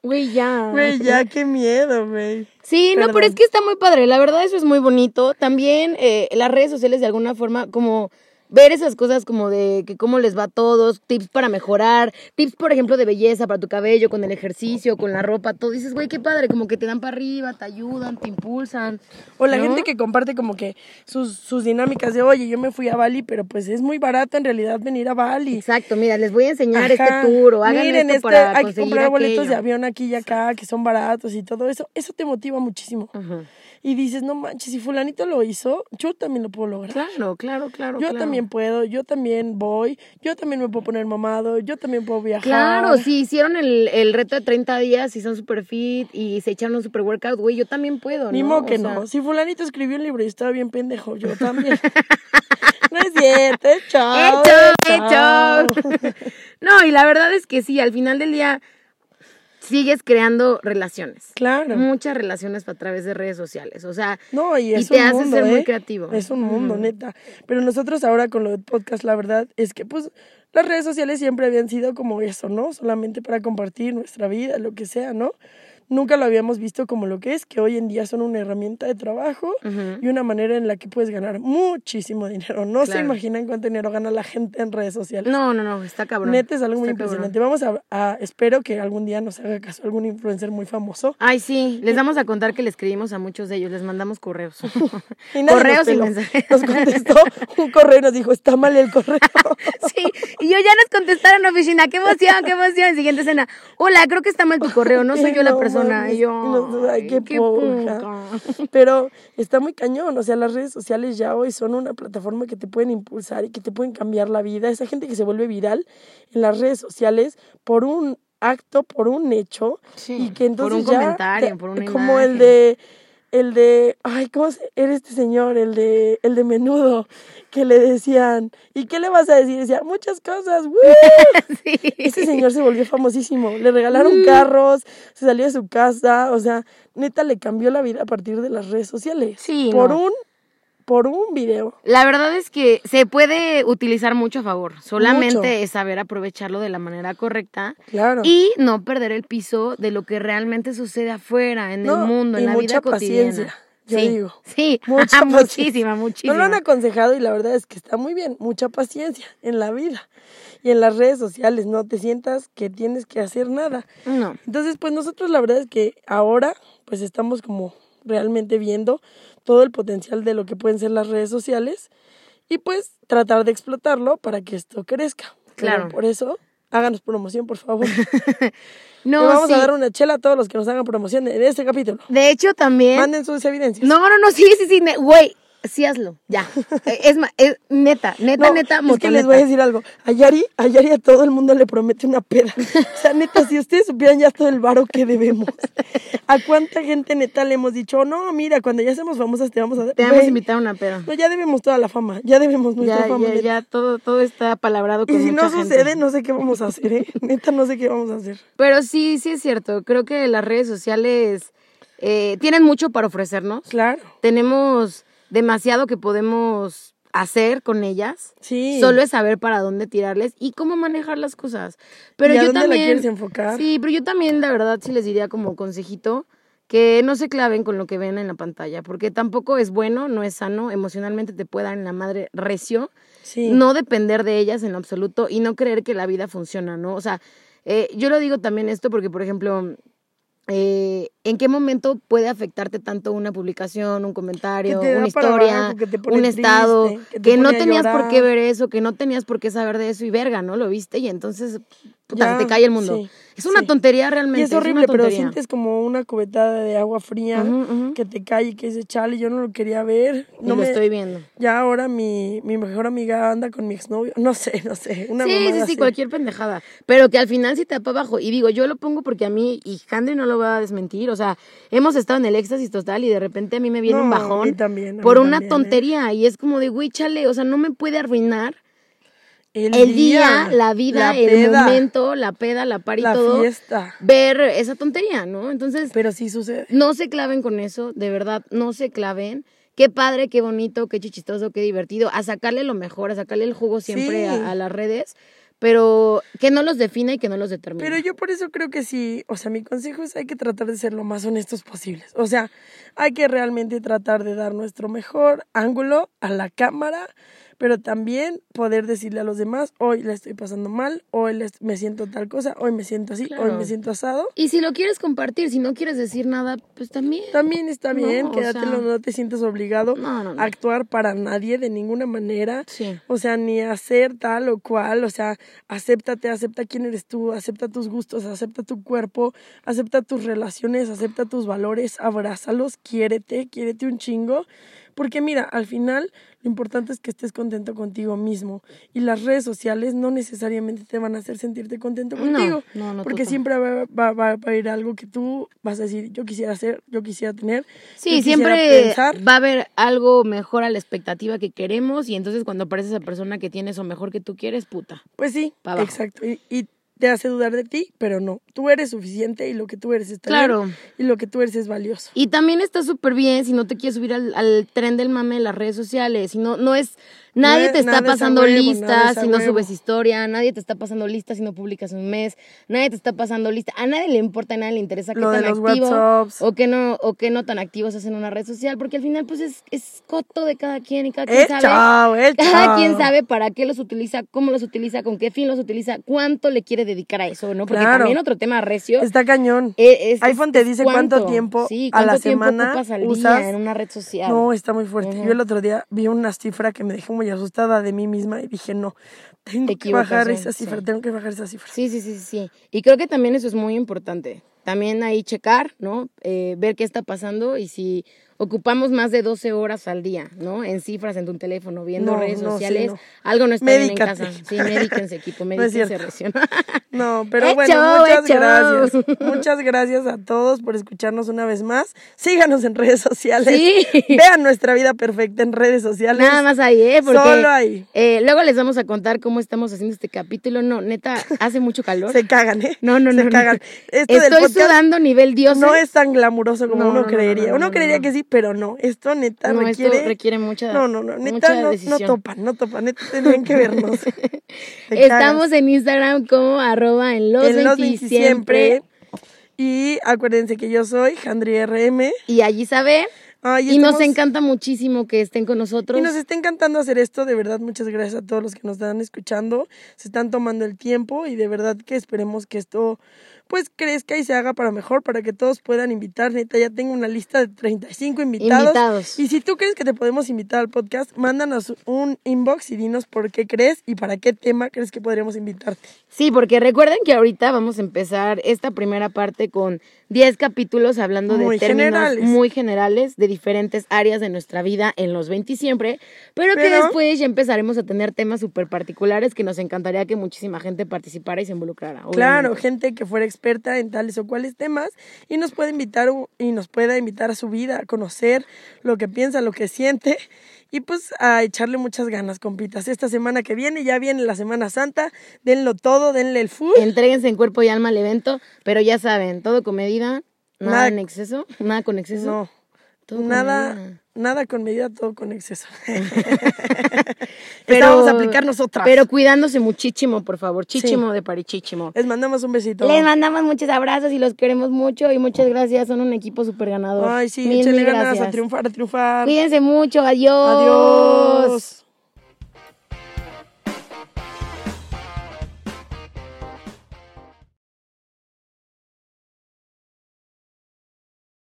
Speaker 2: Güey, ya.
Speaker 1: Güey, ya, qué miedo, güey.
Speaker 2: Sí, no, pero
Speaker 1: Perdón.
Speaker 2: es que está muy padre. La verdad, eso es muy bonito. También eh, las redes sociales, de alguna forma, como ver esas cosas como de que cómo les va a todos, tips para mejorar, tips, por ejemplo, de belleza para tu cabello, con el ejercicio, con la ropa, todo. Dices, güey, qué padre, como que te dan para arriba, te ayudan, te impulsan.
Speaker 1: O la
Speaker 2: ¿no?
Speaker 1: gente que comparte como que sus, sus dinámicas de, oye, yo me fui a Bali, pero pues es muy barato en realidad venir a Bali.
Speaker 2: Exacto, mira, les voy a enseñar
Speaker 1: Ajá.
Speaker 2: este tour o hagan esto
Speaker 1: este,
Speaker 2: para
Speaker 1: hay que
Speaker 2: conseguir
Speaker 1: comprar boletos de
Speaker 2: aquello.
Speaker 1: avión aquí y acá que son baratos y todo eso. Eso te motiva muchísimo.
Speaker 2: Ajá.
Speaker 1: Y dices, no manches, si fulanito lo hizo, yo también lo puedo lograr.
Speaker 2: Claro, claro, claro.
Speaker 1: Yo
Speaker 2: claro.
Speaker 1: también puedo, yo también voy, yo también me puedo poner mamado, yo también puedo viajar.
Speaker 2: Claro, si hicieron el, el reto de 30 días y son super fit y se echaron un super workout, güey, yo también puedo,
Speaker 1: Ni
Speaker 2: ¿no?
Speaker 1: modo
Speaker 2: O
Speaker 1: que
Speaker 2: sea,
Speaker 1: no. Si fulanito escribió un libro y estaba bien pendejo, yo también. no es cierto, es chao.
Speaker 2: ¡Hecho!
Speaker 1: es chao.
Speaker 2: ¡Hecho! No, y la verdad es que sí, al final del día sigues creando relaciones.
Speaker 1: Claro.
Speaker 2: Muchas relaciones a través de redes sociales. O sea,
Speaker 1: No, y es
Speaker 2: te
Speaker 1: un
Speaker 2: hace
Speaker 1: mundo,
Speaker 2: ser muy
Speaker 1: ¿eh?
Speaker 2: creativo.
Speaker 1: Es un mundo, neta. Pero nosotros ahora con lo del podcast, la verdad es que pues las redes sociales siempre habían sido como eso, ¿no? Solamente para compartir nuestra vida, lo que sea, ¿no? Nunca lo habíamos visto como lo que es, que hoy en día son una herramienta de trabajo y una manera en la que puedes ganar muchísimo dinero. No se
Speaker 2: Claro.
Speaker 1: imaginan cuánto dinero gana la gente en redes sociales.
Speaker 2: No, no, no, está cabrón.
Speaker 1: Neta es algo muy
Speaker 2: Está cabrón.
Speaker 1: impresionante. Vamos a, a- espero que algún día nos haga caso algún influencer muy famoso.
Speaker 2: Ay, sí, les vamos a contar que le escribimos a muchos de ellos, les mandamos correos.
Speaker 1: Y nadie
Speaker 2: correos
Speaker 1: nos
Speaker 2: y
Speaker 1: peló.
Speaker 2: mensajes.
Speaker 1: Nos contestó un correo y nos dijo, está mal el correo.
Speaker 2: Sí, y yo ya nos contestaron oficina, qué emoción, qué emoción. Siguiente escena, hola, creo que está mal tu correo, no soy
Speaker 1: Y
Speaker 2: yo la
Speaker 1: no mames,
Speaker 2: persona. Y
Speaker 1: y
Speaker 2: yo,
Speaker 1: nos- ay, qué, poca.
Speaker 2: poca.
Speaker 1: Pero está muy cañón, o sea, las redes sociales ya hoy son una plataforma que te pueden impulsar y que te pueden cambiar la vida. Esa gente que se vuelve viral en las redes sociales por un acto, por un hecho.
Speaker 2: Sí,
Speaker 1: y que
Speaker 2: Mm, por
Speaker 1: entonces
Speaker 2: un
Speaker 1: ya
Speaker 2: comentario, por una
Speaker 1: Como el
Speaker 2: imagen.
Speaker 1: de... el de, ay, ¿cómo se, era este señor? El de, el de menudo, que le decían, ¿y qué le vas a decir? Decía, muchas cosas, ¡woo!
Speaker 2: Sí.
Speaker 1: Ese Este señor se volvió famosísimo, le
Speaker 2: Mm.
Speaker 1: regalaron carros, se salió de su casa, o sea, neta le cambió la vida a partir de las redes sociales.
Speaker 2: Sí,
Speaker 1: Por
Speaker 2: no.
Speaker 1: un, por un video.
Speaker 2: La verdad es que se puede utilizar mucho a favor. Solamente es saber aprovecharlo de la manera correcta
Speaker 1: Claro.
Speaker 2: y no perder el piso de lo que realmente sucede afuera, en
Speaker 1: No,
Speaker 2: el mundo,
Speaker 1: y
Speaker 2: en la vida
Speaker 1: mucha
Speaker 2: cotidiana.
Speaker 1: paciencia, yo
Speaker 2: sí,
Speaker 1: digo.
Speaker 2: sí,
Speaker 1: Mucha
Speaker 2: Ah, muchísima,
Speaker 1: paciencia.
Speaker 2: muchísima.
Speaker 1: No lo han aconsejado y la verdad es que está muy bien. Mucha paciencia en la vida. Y en las redes sociales no te sientas que tienes que hacer nada.
Speaker 2: No.
Speaker 1: Entonces, pues nosotros la verdad es que ahora pues estamos como realmente viendo todo el potencial de lo que pueden ser las redes sociales y pues tratar de explotarlo para que esto crezca. Pero
Speaker 2: Claro.
Speaker 1: por eso, háganos promoción, por favor.
Speaker 2: No,
Speaker 1: Le Pues vamos
Speaker 2: sí.
Speaker 1: a dar una chela a todos los que nos hagan promoción en este capítulo.
Speaker 2: De hecho, también.
Speaker 1: Manden sus evidencias.
Speaker 2: No, no, no, sí, sí, sí, ne- güey, sí hazlo, ya. Eh, Es más, es neta, neta,
Speaker 1: No,
Speaker 2: neta,
Speaker 1: es que les voy a decir algo. A Yari, a Yari a todo el mundo le promete una peda. O sea, neta, si ustedes supieran ya todo el varo que debemos. ¿A cuánta gente neta le hemos dicho, no, mira, cuando ya seamos famosas te vamos a...
Speaker 2: Te vamos a
Speaker 1: Güey,
Speaker 2: invitar a una peda.
Speaker 1: No, ya debemos toda la fama. Ya debemos nuestra
Speaker 2: Ya,
Speaker 1: fama.
Speaker 2: ya,
Speaker 1: neta.
Speaker 2: ya, todo, todo está palabrado con
Speaker 1: Y si no
Speaker 2: mucha gente.
Speaker 1: sucede, no sé qué vamos a hacer, ¿eh? Neta, no sé qué vamos a hacer.
Speaker 2: Pero sí, sí es cierto. Creo que las redes sociales eh, tienen mucho para ofrecernos.
Speaker 1: Claro.
Speaker 2: Tenemos demasiado que podemos hacer con ellas.
Speaker 1: Sí.
Speaker 2: Solo es saber para dónde tirarles y cómo manejar las cosas. Pero
Speaker 1: ¿Y a
Speaker 2: yo
Speaker 1: dónde la
Speaker 2: también,
Speaker 1: quieres enfocar?
Speaker 2: Sí, pero yo también, la verdad, sí les diría como consejito que no se claven con lo que ven en la pantalla, porque tampoco es bueno, no es sano, emocionalmente te puede dar en la madre recio
Speaker 1: Sí.
Speaker 2: no depender de ellas en lo absoluto y no creer que la vida funciona, ¿no? O sea, eh, yo lo digo también esto porque, por ejemplo, eh, ¿en qué momento puede afectarte tanto una publicación, un comentario,
Speaker 1: Que te da
Speaker 2: una
Speaker 1: para
Speaker 2: historia,
Speaker 1: abajo, que te pone
Speaker 2: un estado,
Speaker 1: triste, que
Speaker 2: que,
Speaker 1: te
Speaker 2: no
Speaker 1: pone a
Speaker 2: tenías por qué
Speaker 1: llorar.
Speaker 2: ver eso, que no tenías por qué saber de eso y verga, ¿no? Lo viste y entonces, puta,
Speaker 1: Ya,
Speaker 2: se te cae el mundo.
Speaker 1: sí,
Speaker 2: es una
Speaker 1: sí.
Speaker 2: tontería realmente.
Speaker 1: Y es horrible,
Speaker 2: una
Speaker 1: pero
Speaker 2: tontería.
Speaker 1: sientes como una cubetada de agua fría
Speaker 2: Ujú, ujú.
Speaker 1: que te cae y que dices, chale, yo no lo quería ver.
Speaker 2: Y
Speaker 1: No
Speaker 2: lo
Speaker 1: me...
Speaker 2: estoy viendo.
Speaker 1: Ya ahora mi, mi mejor amiga anda con mi exnovio. No sé, no sé. Una
Speaker 2: sí, sí,
Speaker 1: mamada
Speaker 2: sí,
Speaker 1: así.
Speaker 2: cualquier pendejada. Pero que al final sí te da para abajo. Y digo, yo lo pongo porque a mí, y Handry no lo va a desmentir, o sea, hemos estado en el éxtasis total y de repente a mí me viene
Speaker 1: No,
Speaker 2: un
Speaker 1: a
Speaker 2: bajón
Speaker 1: mí también, a mí
Speaker 2: por una
Speaker 1: también, ¿eh?
Speaker 2: tontería. Y es como de, güey, chale, o sea, no me puede arruinar
Speaker 1: El,
Speaker 2: el día, la vida,
Speaker 1: la
Speaker 2: el
Speaker 1: peda,
Speaker 2: momento, la peda, la par y
Speaker 1: la
Speaker 2: todo.
Speaker 1: fiesta.
Speaker 2: Ver esa tontería, ¿no? Entonces,
Speaker 1: Pero sí sucede.
Speaker 2: no se claven con eso, de verdad, no se claven. Qué padre, qué bonito, qué chistoso, qué divertido. A sacarle lo mejor, a sacarle el jugo
Speaker 1: Sí.
Speaker 2: siempre a, a las redes, pero que no los defina y que no los determine.
Speaker 1: Pero yo por eso creo que sí, o sea, mi consejo es hay que tratar de ser lo más honestos posibles. O sea, hay que realmente tratar de dar nuestro mejor ángulo a la cámara, pero también poder decirle a los demás, hoy la estoy pasando mal, hoy les- me siento tal cosa, hoy me siento así, hoy
Speaker 2: Claro.
Speaker 1: me siento asado.
Speaker 2: Y si lo quieres compartir, si no quieres decir nada, pues también.
Speaker 1: También está
Speaker 2: No,
Speaker 1: bien,
Speaker 2: o
Speaker 1: quédatelo,
Speaker 2: sea-
Speaker 1: no te sientas obligado
Speaker 2: No, no, no.
Speaker 1: a actuar para nadie de ninguna manera.
Speaker 2: Sí.
Speaker 1: O sea, ni a hacer tal o cual. O sea, acéptate, acepta quién eres tú, acepta tus gustos, acepta tu cuerpo, acepta tus relaciones, acepta tus valores, abrázalos, quiérete, quiérete un chingo. Porque mira, al final lo importante es que estés contento contigo mismo. Y las redes sociales no necesariamente te van a hacer sentirte contento
Speaker 2: No,
Speaker 1: contigo.
Speaker 2: no, no,
Speaker 1: porque
Speaker 2: total.
Speaker 1: siempre va, va- va- va a ir algo que tú vas a decir, yo quisiera hacer, yo quisiera tener.
Speaker 2: Sí,
Speaker 1: yo quisiera
Speaker 2: siempre
Speaker 1: pensar.
Speaker 2: va a haber algo mejor a la expectativa que queremos y entonces cuando aparece esa persona que tiene eso mejor que tú quieres, puta.
Speaker 1: Pues sí,
Speaker 2: Pa' abajo.
Speaker 1: exacto. Y, y te hace dudar de ti, pero no. Tú eres suficiente y lo que tú eres está
Speaker 2: Claro.
Speaker 1: bien, y lo que tú eres es valioso.
Speaker 2: Y también está súper bien si no te quieres subir al, al tren del mame de las redes sociales. Si no, no es. Nadie
Speaker 1: No
Speaker 2: te
Speaker 1: es-
Speaker 2: está
Speaker 1: nada es a
Speaker 2: pasando
Speaker 1: huevo, nada
Speaker 2: lista
Speaker 1: es a
Speaker 2: si no
Speaker 1: huevo.
Speaker 2: subes historia. Nadie te está pasando lista si no publicas un mes. Nadie te está pasando lista. A nadie le importa, a nadie le interesa qué
Speaker 1: Lo de
Speaker 2: tan
Speaker 1: los
Speaker 2: activo
Speaker 1: WhatsApps.
Speaker 2: o qué no o qué no tan activos hacen en una red social. Porque al final, pues es, es coto de cada quien y cada quien
Speaker 1: ¡Eh,
Speaker 2: sabe.
Speaker 1: chao! ¡Eh,
Speaker 2: Cada quien
Speaker 1: chao!
Speaker 2: sabe para qué los utiliza, cómo los utiliza, con qué fin los utiliza, cuánto le quiere dedicar a eso, ¿no? Porque
Speaker 1: Claro.
Speaker 2: también otro tema recio
Speaker 1: Está cañón.
Speaker 2: eh, es-
Speaker 1: iPhone
Speaker 2: es-
Speaker 1: te
Speaker 2: es
Speaker 1: dice cuánto tiempo
Speaker 2: sí,
Speaker 1: a la
Speaker 2: cuánto tiempo
Speaker 1: semana
Speaker 2: ocupas al día
Speaker 1: usas.
Speaker 2: en una red social.
Speaker 1: No, está muy fuerte. Yo el otro día vi una cifra que me dejó muy asustada de mí misma y dije, no, tengo
Speaker 2: Te
Speaker 1: que bajar
Speaker 2: equivocas,
Speaker 1: esa
Speaker 2: sí.
Speaker 1: cifra, tengo que bajar esa cifra.
Speaker 2: Sí, sí, sí, sí, sí. Y creo que también eso es muy importante. También ahí checar, ¿no? Eh, ver qué está pasando y si, ocupamos más de 12 horas al día, ¿no? En cifras, en tu teléfono, viendo
Speaker 1: No,
Speaker 2: redes
Speaker 1: no, sí,
Speaker 2: sociales.
Speaker 1: no.
Speaker 2: Algo no está bien en
Speaker 1: Medícate.
Speaker 2: casa. Sí, médiquense, equipo,
Speaker 1: No es
Speaker 2: médiquense,
Speaker 1: cierto.
Speaker 2: recién.
Speaker 1: No, pero
Speaker 2: Eh,
Speaker 1: bueno,
Speaker 2: chao, eh,
Speaker 1: muchas
Speaker 2: chao.
Speaker 1: gracias. Muchas gracias a todos por escucharnos una vez más. Síganos en redes sociales.
Speaker 2: Sí.
Speaker 1: Vean nuestra vida perfecta en redes sociales.
Speaker 2: Nada más ahí, ¿eh? Porque,
Speaker 1: Solo ahí.
Speaker 2: eh, luego les vamos a contar cómo estamos haciendo este capítulo. No, neta, hace mucho calor.
Speaker 1: Se cagan, ¿eh?
Speaker 2: No, no, no.
Speaker 1: Se
Speaker 2: no.
Speaker 1: cagan. Esto del
Speaker 2: Estoy
Speaker 1: podcast
Speaker 2: sudando nivel dios.
Speaker 1: no es tan glamuroso como
Speaker 2: No,
Speaker 1: uno
Speaker 2: no, no,
Speaker 1: creería.
Speaker 2: no, no,
Speaker 1: uno
Speaker 2: no,
Speaker 1: creería
Speaker 2: no.
Speaker 1: que sí, pero no. Esto neta
Speaker 2: No,
Speaker 1: requiere.
Speaker 2: esto requiere mucha.
Speaker 1: No, no, no.
Speaker 2: mucha
Speaker 1: Neta no, no
Speaker 2: decisión.
Speaker 1: topan, no topan. Neta tendrían que vernos. Te
Speaker 2: Estamos en Instagram como arroba en los,
Speaker 1: cagas. en los
Speaker 2: 20
Speaker 1: 20
Speaker 2: siempre.
Speaker 1: siempre. Y acuérdense que yo soy Jandri RM.
Speaker 2: Y allí sabe.
Speaker 1: Ay,
Speaker 2: Y, nos
Speaker 1: estamos-
Speaker 2: encanta muchísimo que estén con nosotros.
Speaker 1: Y nos está encantando hacer esto, de verdad, muchas gracias a todos los que nos están escuchando, se están tomando el tiempo y de verdad que esperemos que esto pues crezca y se haga para mejor, para que todos puedan invitar, neta, ya tengo una lista de 35 invitados.
Speaker 2: Invitados.
Speaker 1: Y si tú crees que te podemos invitar al podcast, mándanos un inbox y dinos por qué crees y para qué tema crees que podríamos invitarte.
Speaker 2: Sí, porque recuerden que ahorita vamos a empezar esta primera parte con 10 capítulos hablando de
Speaker 1: Muy
Speaker 2: términos
Speaker 1: generales.
Speaker 2: muy generales de diferentes áreas de nuestra vida en los 20 y siempre, pero, que
Speaker 1: Pero-
Speaker 2: después ya empezaremos a tener temas súper particulares que nos encantaría que muchísima gente participara y se involucrara.
Speaker 1: Claro,
Speaker 2: obviamente.
Speaker 1: gente que fuera experta en tales o cuales temas y nos puede invitar u- y nos pueda invitar a su vida, a conocer lo que piensa, lo que siente y pues a echarle muchas ganas, compitas. Esta semana que viene ya viene la Semana Santa, denlo todo, denle el full.
Speaker 2: Entréguense en cuerpo y alma al evento, pero ya saben, todo con medida, nada,
Speaker 1: Nada-
Speaker 2: en exceso, nada con exceso.
Speaker 1: No,
Speaker 2: todo con medida.
Speaker 1: nada, nada con medida, todo con exceso.
Speaker 2: Pero-
Speaker 1: Esta vamos a aplicar nosotras.
Speaker 2: Pero cuidándose muchísimo, por favor, chichimo de parichichimo.
Speaker 1: Les mandamos un besito.
Speaker 2: Les mandamos muchos abrazos y los queremos mucho y muchas gracias. Son un equipo súper ganador.
Speaker 1: Ay, sí,
Speaker 2: Mil,
Speaker 1: échale
Speaker 2: mil
Speaker 1: ganas a
Speaker 2: gracias.
Speaker 1: triunfar, a triunfar.
Speaker 2: Cuídense mucho. Adiós.
Speaker 1: Adiós.